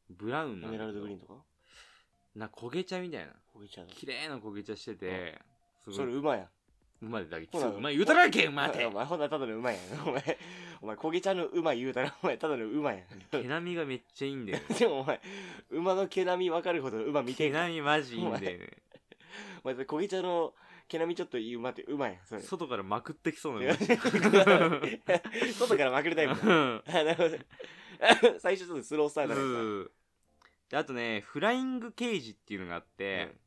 Speaker 1: ブラウン
Speaker 2: エ
Speaker 1: なん
Speaker 2: メ
Speaker 1: だけど
Speaker 2: ラルドグリーンとか
Speaker 1: な、焦げ茶みたいな。
Speaker 2: こげちゃうの
Speaker 1: 綺麗な焦げ茶してて、す
Speaker 2: そ
Speaker 1: ご
Speaker 2: れ
Speaker 1: い、
Speaker 2: 馬やん。
Speaker 1: 馬でだけ、
Speaker 2: ほら
Speaker 1: そう馬言うたらけ、馬
Speaker 2: お
Speaker 1: で
Speaker 2: 前お前ほんならただの馬やん。お前、お前、こげちゃんの馬言うたら、お前、ただの馬や
Speaker 1: 毛並みがめっちゃいいんだよね。
Speaker 2: ん。でもお前、馬の毛並み分かるほど馬 見て
Speaker 1: 毛
Speaker 2: んか
Speaker 1: 並みマジいいんだよね。
Speaker 2: お前、こげちゃんの毛並みちょっといい馬って馬やん。そ れ。
Speaker 1: 外からまくってきそうな
Speaker 2: 違う
Speaker 1: の。
Speaker 2: 外からまくるタイプだ。 あなるほど。 最初ちょっとスロースタートだけどさ
Speaker 1: うんであとね、フライングケージっていうのがあって、
Speaker 2: うん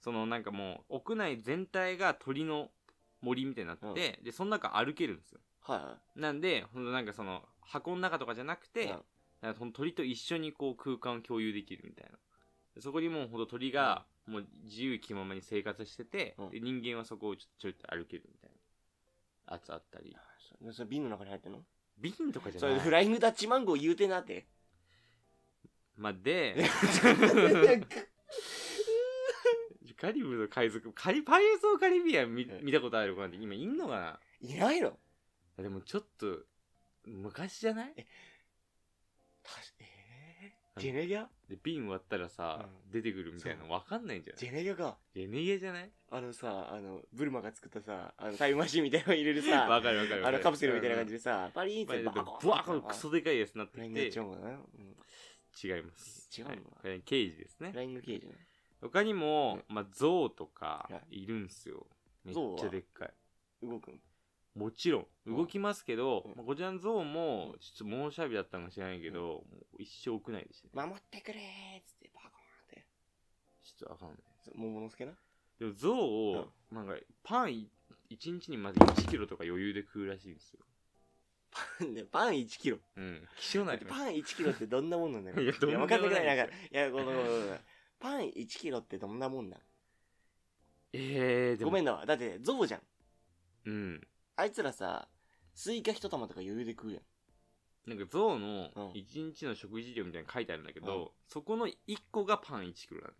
Speaker 1: そのなんかもう、屋内全体が鳥の森みたいになってて、で、その中歩けるんですよ。
Speaker 2: は
Speaker 1: なんで、ほんとなんかその、箱の中とかじゃなく
Speaker 2: い
Speaker 1: て、
Speaker 2: はい。
Speaker 1: なんかその鳥と一緒にこう空間を共有できるみたいな。でそこにもうほんと鳥がもう自由気ままに生活してて、
Speaker 2: うん
Speaker 1: で人間はそこをちょちょいと歩けるみたいな。あつあったり。
Speaker 2: うんそれ瓶の中に入ってんの
Speaker 1: 瓶とかじゃ
Speaker 2: そ
Speaker 1: な
Speaker 2: れ
Speaker 1: い。
Speaker 2: フ ライングダッチマンゴー言うてな って。
Speaker 1: まあ、で、カリブルの海賊、カリ、パイレーツ・オブカリビアン見
Speaker 2: うん
Speaker 1: 見たことある子なんて今いんのか
Speaker 2: いないの
Speaker 1: なでもちょっと、昔じゃない
Speaker 2: たしえージェネギャ
Speaker 1: で、瓶割ったらさ、
Speaker 2: う
Speaker 1: 出てくるみたいなのわかんないんじゃな
Speaker 2: ジ
Speaker 1: い
Speaker 2: ェネギャか。
Speaker 1: ゲネゲじゃない
Speaker 2: あのさ、あの、ブルマが作ったさ、あの、タイムマシンみたいなの入れるさ、
Speaker 1: わかるわかるわかる。
Speaker 2: あのカプセルみたいな感じ
Speaker 1: で。
Speaker 2: でさ、パリーンっ
Speaker 1: バ
Speaker 2: てバコ
Speaker 1: ーッ
Speaker 2: ン
Speaker 1: とクソでかいやつになっ
Speaker 2: フ
Speaker 1: て
Speaker 2: ライ
Speaker 1: き
Speaker 2: ングダッ
Speaker 1: て
Speaker 2: チ、マンゴーだな。うん
Speaker 1: 違います。
Speaker 2: 違うの
Speaker 1: はいこれ刑事ですね
Speaker 2: フ。ライング刑事な。
Speaker 1: 他にも、まあ、象とか
Speaker 2: はい
Speaker 1: るんすよ。めっ
Speaker 2: 象は
Speaker 1: ちゃでっかい。
Speaker 2: 動くん。
Speaker 1: もちろん、
Speaker 2: うん
Speaker 1: 動きますけど、
Speaker 2: うん
Speaker 1: まあこちらの象も、ちょっと猛射日だったのか知らないけど、もう一生屋内でしたね。
Speaker 2: 守ってくれーっつってバコーンって。
Speaker 1: ちょっとわかんない。
Speaker 2: 桃之助な。
Speaker 1: でも象を、なんか、パンい一日にまず1キロとか余裕で食うらしいんですよ。
Speaker 2: でパン1キロ。
Speaker 1: うん。希少ない。
Speaker 2: パン1キロってどんなもんなんだろう
Speaker 1: いやどん
Speaker 2: い
Speaker 1: な
Speaker 2: や、
Speaker 1: も
Speaker 2: 分
Speaker 1: んなんです
Speaker 2: かってく
Speaker 1: よ
Speaker 2: れない。なんか、いや、ごめんごめんごめんごめん。パン1キロってどんなもんなん
Speaker 1: えー、でも。
Speaker 2: ごめ
Speaker 1: ん。
Speaker 2: んだわ。だって、ゾウじゃん。
Speaker 1: うん。
Speaker 2: あいつらさ、スイカ一玉とか余裕で食うやん。
Speaker 1: なんか象の
Speaker 2: うん
Speaker 1: 一日の食事量みたいなの書いてあるんだけど、
Speaker 2: う
Speaker 1: そこの1個がパン1キロなの。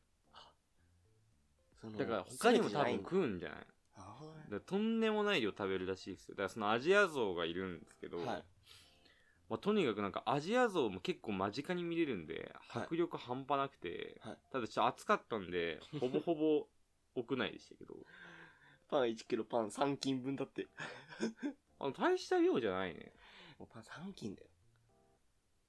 Speaker 2: その
Speaker 1: だから他にも多分
Speaker 2: 全てじゃないんだ
Speaker 1: 食うんじゃない
Speaker 2: あ
Speaker 1: だからとんでもない量食べるらしいですよだからそのアジアゾウがいるんですけど、
Speaker 2: ーはい。
Speaker 1: まあ、とにかくなんかアジアゾウも結構間近に見れるんで
Speaker 2: はい
Speaker 1: 迫力半端なくて、
Speaker 2: はい
Speaker 1: ただちょっと暑かったん でほぼほぼ屋内でしたけど
Speaker 2: パン1キロパン3斤分だって。
Speaker 1: あの大した量じゃないね。
Speaker 2: もうパン3斤だよ。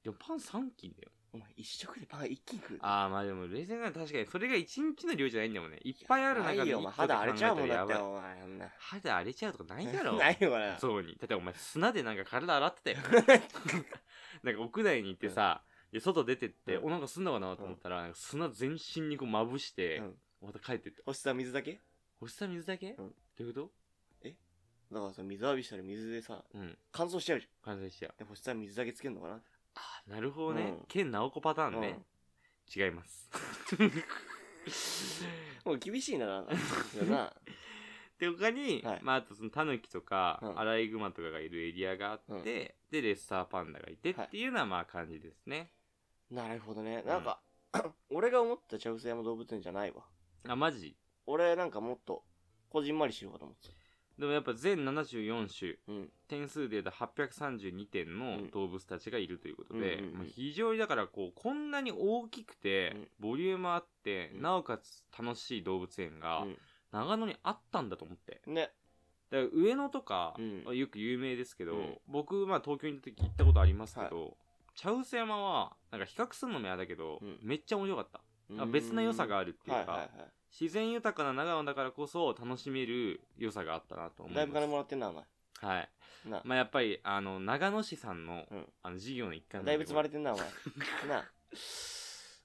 Speaker 1: でもパン3斤だよ。
Speaker 2: お前一食でパン1斤食う。
Speaker 1: ああ、まあでも冷静な確かにそれが1日の量じゃないんだもんね。いっぱいある中
Speaker 2: ない
Speaker 1: で一
Speaker 2: よ、お
Speaker 1: 個で
Speaker 2: 前
Speaker 1: 考えた
Speaker 2: 肌
Speaker 1: ら
Speaker 2: 荒れちゃうもんだ
Speaker 1: や
Speaker 2: っ
Speaker 1: ば
Speaker 2: て、
Speaker 1: い
Speaker 2: お前。あんな。
Speaker 1: 肌荒れちゃうとかないだろ。
Speaker 2: ないよ、これ。
Speaker 1: そうに。だってお前砂でなんか体洗って たよ。なんか屋内に行ってさ、で外出てって、
Speaker 2: うん
Speaker 1: おなんかすんのかなと思ったら、なんか砂全身にこうまぶして、
Speaker 2: うん
Speaker 1: また帰ってった。
Speaker 2: 干した水だけ
Speaker 1: 干した水だけ、
Speaker 2: うん
Speaker 1: ってこと
Speaker 2: だからさ、水浴びしたら水でさ、
Speaker 1: うん。
Speaker 2: 乾燥しちゃうじ
Speaker 1: 完成しちゃう。
Speaker 2: ゃん。で、干したら水だけつけんのかな
Speaker 1: あーなるほどね。
Speaker 2: うん
Speaker 1: 剣直子パターンね。違い ます。
Speaker 2: うん。もう厳しいな、 なんか。そうだな。
Speaker 1: で、他に、
Speaker 2: はい
Speaker 1: まあ、あとそのタヌキとか、
Speaker 2: うん
Speaker 1: アライグマとかがいるエリアがあって、
Speaker 2: うん
Speaker 1: で、レッサーパンダがいてっていうのはまあ感じですね。
Speaker 2: なるほどね。なんか、 俺が思った茶臼山動物園じゃないわ。
Speaker 1: あ、マジ
Speaker 2: 俺なんかもっと、こじんまりしようかと思ってた。
Speaker 1: でもやっぱ全74種、
Speaker 2: うん。
Speaker 1: 点数で言うと832点
Speaker 2: う
Speaker 1: の
Speaker 2: ん
Speaker 1: 動物たちがいるということで、
Speaker 2: うんうんうん
Speaker 1: まあ、非常にだからこうこんなに大きくて、
Speaker 2: うん
Speaker 1: ボリュームあって、
Speaker 2: うん
Speaker 1: なおかつ楽しい動物園が、長野にあったんだと思って
Speaker 2: うん、ね。
Speaker 1: だから上野とか、
Speaker 2: うん
Speaker 1: よく有名ですけど、
Speaker 2: うん
Speaker 1: 僕、まあ、東京に行った時行ったことありますけど、茶臼山はなんか比較するのも嫌だけど、
Speaker 2: うん
Speaker 1: めっちゃ面白かっただから別の良さがあるっていうか、
Speaker 2: はいはいは
Speaker 1: 自然豊かな長野だからこそ楽しめる良さがあったなと思
Speaker 2: い。
Speaker 1: いま
Speaker 2: だい
Speaker 1: す
Speaker 2: ぶ金もらってんな、お前。
Speaker 1: はい
Speaker 2: な、
Speaker 1: まあやっぱりあの長野市さんの,、
Speaker 2: うん
Speaker 1: あの事業の一環
Speaker 2: だいぶ積ま
Speaker 1: れ
Speaker 2: れてん な、お前。な、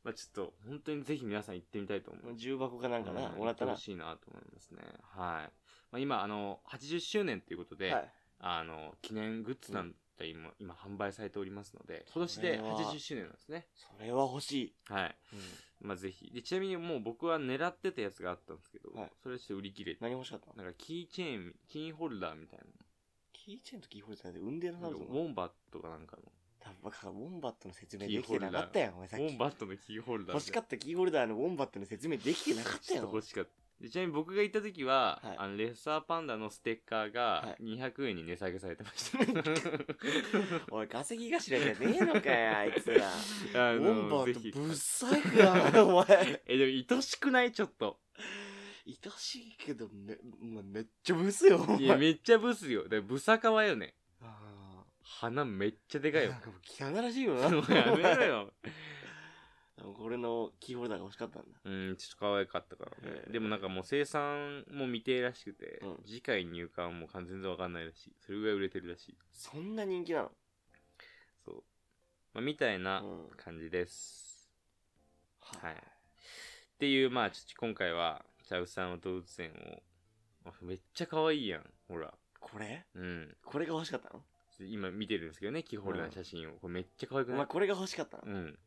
Speaker 1: まあちょっと本当にぜひ皆さん行ってみたいと思う
Speaker 2: 重箱かなんかな、
Speaker 1: うん
Speaker 2: もらったな。
Speaker 1: 行てほしいなと思いますねはい、まあ、今あの80周年ということで、
Speaker 2: はい。
Speaker 1: あの記念グッズなんて今,、今販売されておりますので今年で
Speaker 2: これは
Speaker 1: 80周年なんですね
Speaker 2: それは欲しい。
Speaker 1: はいまあぜひでちなみにもう僕は狙ってたやつがあったんですけど、
Speaker 2: はい
Speaker 1: それはちょっと売り切れて
Speaker 2: 何欲しかったの
Speaker 1: なんかキーチェーンキーホルダーみたい
Speaker 2: キーチェーンとキーホルダーで産んでる
Speaker 1: な
Speaker 2: な、
Speaker 1: なん
Speaker 2: 多
Speaker 1: かウ
Speaker 2: 分。
Speaker 1: ォンバットかなんかの
Speaker 2: だからウォンバットの説明できてなかったやん、お前さっ
Speaker 1: ウォン
Speaker 2: き。
Speaker 1: バットのキーホルダーみたいな
Speaker 2: 欲しかったキーホルダーのウォンバットの説明できてなかった
Speaker 1: ちょ
Speaker 2: や
Speaker 1: っ
Speaker 2: ん。
Speaker 1: と
Speaker 2: お前
Speaker 1: 欲しかった。でちなみに僕が行った時は、
Speaker 2: はい
Speaker 1: あのレッサーパンダのステッカーが
Speaker 2: は
Speaker 1: 200円に値下げされてました。
Speaker 2: おい、稼ぎ頭じゃねえのかよ、あいつら。
Speaker 1: あ
Speaker 2: ウ
Speaker 1: の
Speaker 2: ォンバ
Speaker 1: ぜ
Speaker 2: ッ
Speaker 1: ひ
Speaker 2: トぶっさいな、お前。
Speaker 1: え、でも愛しくないちょっと。
Speaker 2: 愛しいけど、め、お前めっちゃブスよ、お
Speaker 1: いや、
Speaker 2: 前。
Speaker 1: めっちゃブスよ。で、ブサカワよね。
Speaker 2: あ
Speaker 1: 鼻めっちゃで
Speaker 2: ー
Speaker 1: かいよ
Speaker 2: なん。かもう汚らしいよな。
Speaker 1: もうやめろよ。
Speaker 2: これのキーホルダーが欲しかったんだ。
Speaker 1: うん、ちょっと可愛かったからね
Speaker 2: え。ー
Speaker 1: でもなんかもう生産も未定らしくて、
Speaker 2: うん
Speaker 1: 次回入荷はもう完全然わかんないらしい。それぐらい売れてるらしい。
Speaker 2: そんな人気なの
Speaker 1: そう。まあ、みたいな
Speaker 2: うん
Speaker 1: 感じです。
Speaker 2: は
Speaker 1: はい。っていう、まあ、ちょっと今回は、チャウさんの動物園を、あめっちゃ可愛いやん、ほら。
Speaker 2: これ
Speaker 1: うん。
Speaker 2: これが欲しかったの
Speaker 1: 今見てるんですけどね、キーホルダーの写真を。これめっちゃ可愛
Speaker 2: お
Speaker 1: くな
Speaker 2: 前
Speaker 1: い
Speaker 2: これが欲しかったの
Speaker 1: うん。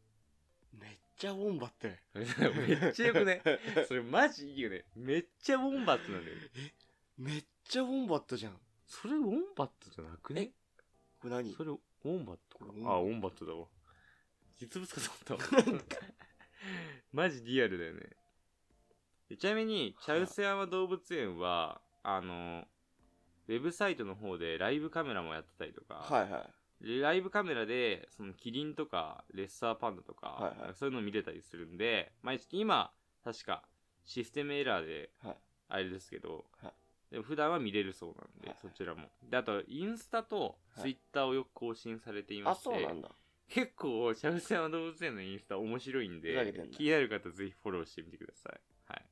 Speaker 2: めっちゃウォンバットや。
Speaker 1: めっちゃよくね。それマジいいよね。めっちゃウォンバットなんだよ。
Speaker 2: めっちゃウォンバットじゃん。
Speaker 1: それウォンバットじゃなくね
Speaker 2: これ何
Speaker 1: それウォンバットか
Speaker 2: これウォンバット
Speaker 1: あ、ウォンバットだわ。実物かと思ったわ。マジリアルだよね。でちなみに、チャウス山動物園は、あの、ウェブサイトの方でライブカメラもやってたりとか、
Speaker 2: はいはい。
Speaker 1: でライブカメラで、そのキリンとか、レッサーパンダとか、
Speaker 2: はいはい
Speaker 1: そういうの見れたりするんで、まあ、ちょっと今、確か、システムエラーで
Speaker 2: はい、
Speaker 1: あれですけど、
Speaker 2: はい
Speaker 1: でも普段は見れるそうなんで、
Speaker 2: はい
Speaker 1: そちらも。で、あと、インスタとツイッターをよく更新されていま
Speaker 2: あ、
Speaker 1: して、
Speaker 2: そうなんだ。
Speaker 1: 結構、シャウス山動物園のインスタ面白いん
Speaker 2: ふざ
Speaker 1: で
Speaker 2: けてん、だ
Speaker 1: 気になる方ぜひフォローしてみてください。はい。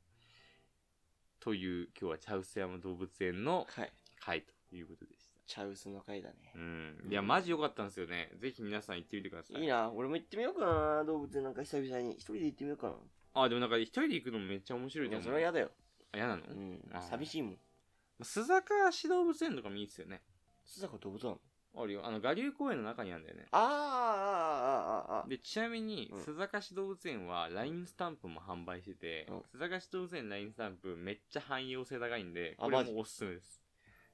Speaker 1: という、今日はチャウス山動物園の
Speaker 2: はい。
Speaker 1: 回ということでした。
Speaker 2: チャウスの回だね。
Speaker 1: うん。いや、マジ良かったんですよね。ぜひ皆さん行ってみてください。
Speaker 2: いいな、俺も行ってみようかな、動物園なんか久々に。一人で行ってみようかな。
Speaker 1: あ、でもなんか一人で行くのもめっちゃ面白い
Speaker 2: い
Speaker 1: と
Speaker 2: や、
Speaker 1: 思う。
Speaker 2: それは嫌だよ。
Speaker 1: あ嫌なの
Speaker 2: う、ん
Speaker 1: あー。
Speaker 2: 寂しいもん。
Speaker 1: 須坂市動物園とかもいいですよね。
Speaker 2: 須坂動物なの
Speaker 1: あるよ。あの、我流公園の中にあるんだよね。
Speaker 2: あーあーあーあーあーあー
Speaker 1: で、ちなみに、
Speaker 2: うん
Speaker 1: 須坂市動物園は LINE スタンプも販売してて、
Speaker 2: うん
Speaker 1: 須坂市動物園 LINE スタンプめっちゃ汎用性高いんで、
Speaker 2: あ
Speaker 1: これ
Speaker 2: マジ
Speaker 1: もおすすめ です。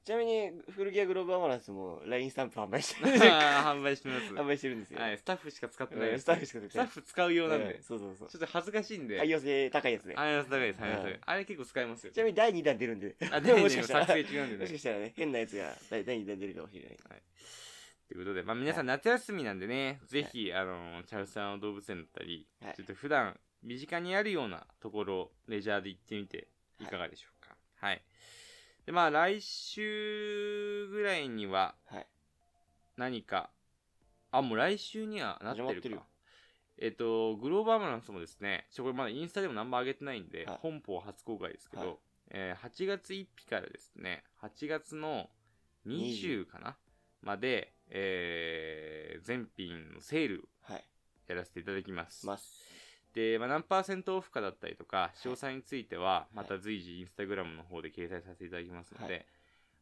Speaker 2: ちなみに、古着屋グローブアマランスも LINE スタンプ販売してる。
Speaker 1: あー販売してます。
Speaker 2: 販売してるんですよ。
Speaker 1: はい、スタッフしか使ってない
Speaker 2: うん
Speaker 1: です。
Speaker 2: スタッフしか使って
Speaker 1: スタ
Speaker 2: な
Speaker 1: ッ
Speaker 2: い
Speaker 1: フ使うようなんで、
Speaker 2: うんそうそうそう
Speaker 1: ち。ょっと恥ずかしいんで、
Speaker 2: 汎用性高いやつね。
Speaker 1: 汎用性高いです、汎用性高い
Speaker 2: うん
Speaker 1: あれ結構使えますよ。
Speaker 2: ちなみに第2弾出るんで。
Speaker 1: あ、 でも、
Speaker 2: も
Speaker 1: ね、
Speaker 2: しかし
Speaker 1: 作
Speaker 2: たら
Speaker 1: 成中なんで
Speaker 2: も
Speaker 1: ね
Speaker 2: しか。したらね、変なやつが第第2弾出るかもしれない。
Speaker 1: ということで、まあ、皆さん夏休みなんでね、ぜひ、あのー、チャウス山の動物園だったり、
Speaker 2: はい
Speaker 1: ちょっと普段身近にあるようなところ、レジャーで行ってみていかがでしょうか。はい。で、まあ来週ぐらいには
Speaker 2: はい。
Speaker 1: 何か、あ、もう来週にはなって
Speaker 2: 始まっ
Speaker 1: る
Speaker 2: て
Speaker 1: か。
Speaker 2: るよ
Speaker 1: えっと、グローバーマランスもですね、ちょ、これまだインスタでも何も上げてないんで、
Speaker 2: はい
Speaker 1: 本邦初公開ですけど、
Speaker 2: はい
Speaker 1: えー8月1日からですね、8月の
Speaker 2: 20
Speaker 1: 20かなまで、えー全品のセール
Speaker 2: はい。
Speaker 1: やらせていただきます。
Speaker 2: ます。
Speaker 1: で、まあ、何パーセントオフかだったりとか、
Speaker 2: い
Speaker 1: 詳細については、
Speaker 2: い
Speaker 1: また随時インスタグラムの方で掲載させていただきますので、
Speaker 2: はい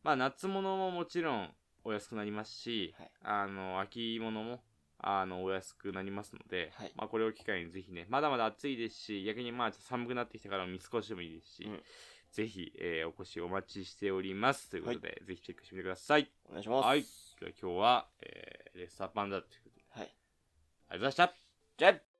Speaker 1: まあ、夏物ももちろんお安くなりますし、
Speaker 2: はい
Speaker 1: あの、秋物も、あの、お安くなりますので、
Speaker 2: はい
Speaker 1: まあ、これを機会にぜひね、まだまだ暑いですし、逆にまあ、寒くなってきたから見少しでもいいですし、
Speaker 2: うん
Speaker 1: ぜひ、えーお越しお待ちしております。ということで、ぜひチェックしてみてください。
Speaker 2: お願いします。
Speaker 1: はい。じゃあ今日は、えーレッサーパンダということで、あ
Speaker 2: はい。
Speaker 1: りがとうございました。
Speaker 2: じゃあ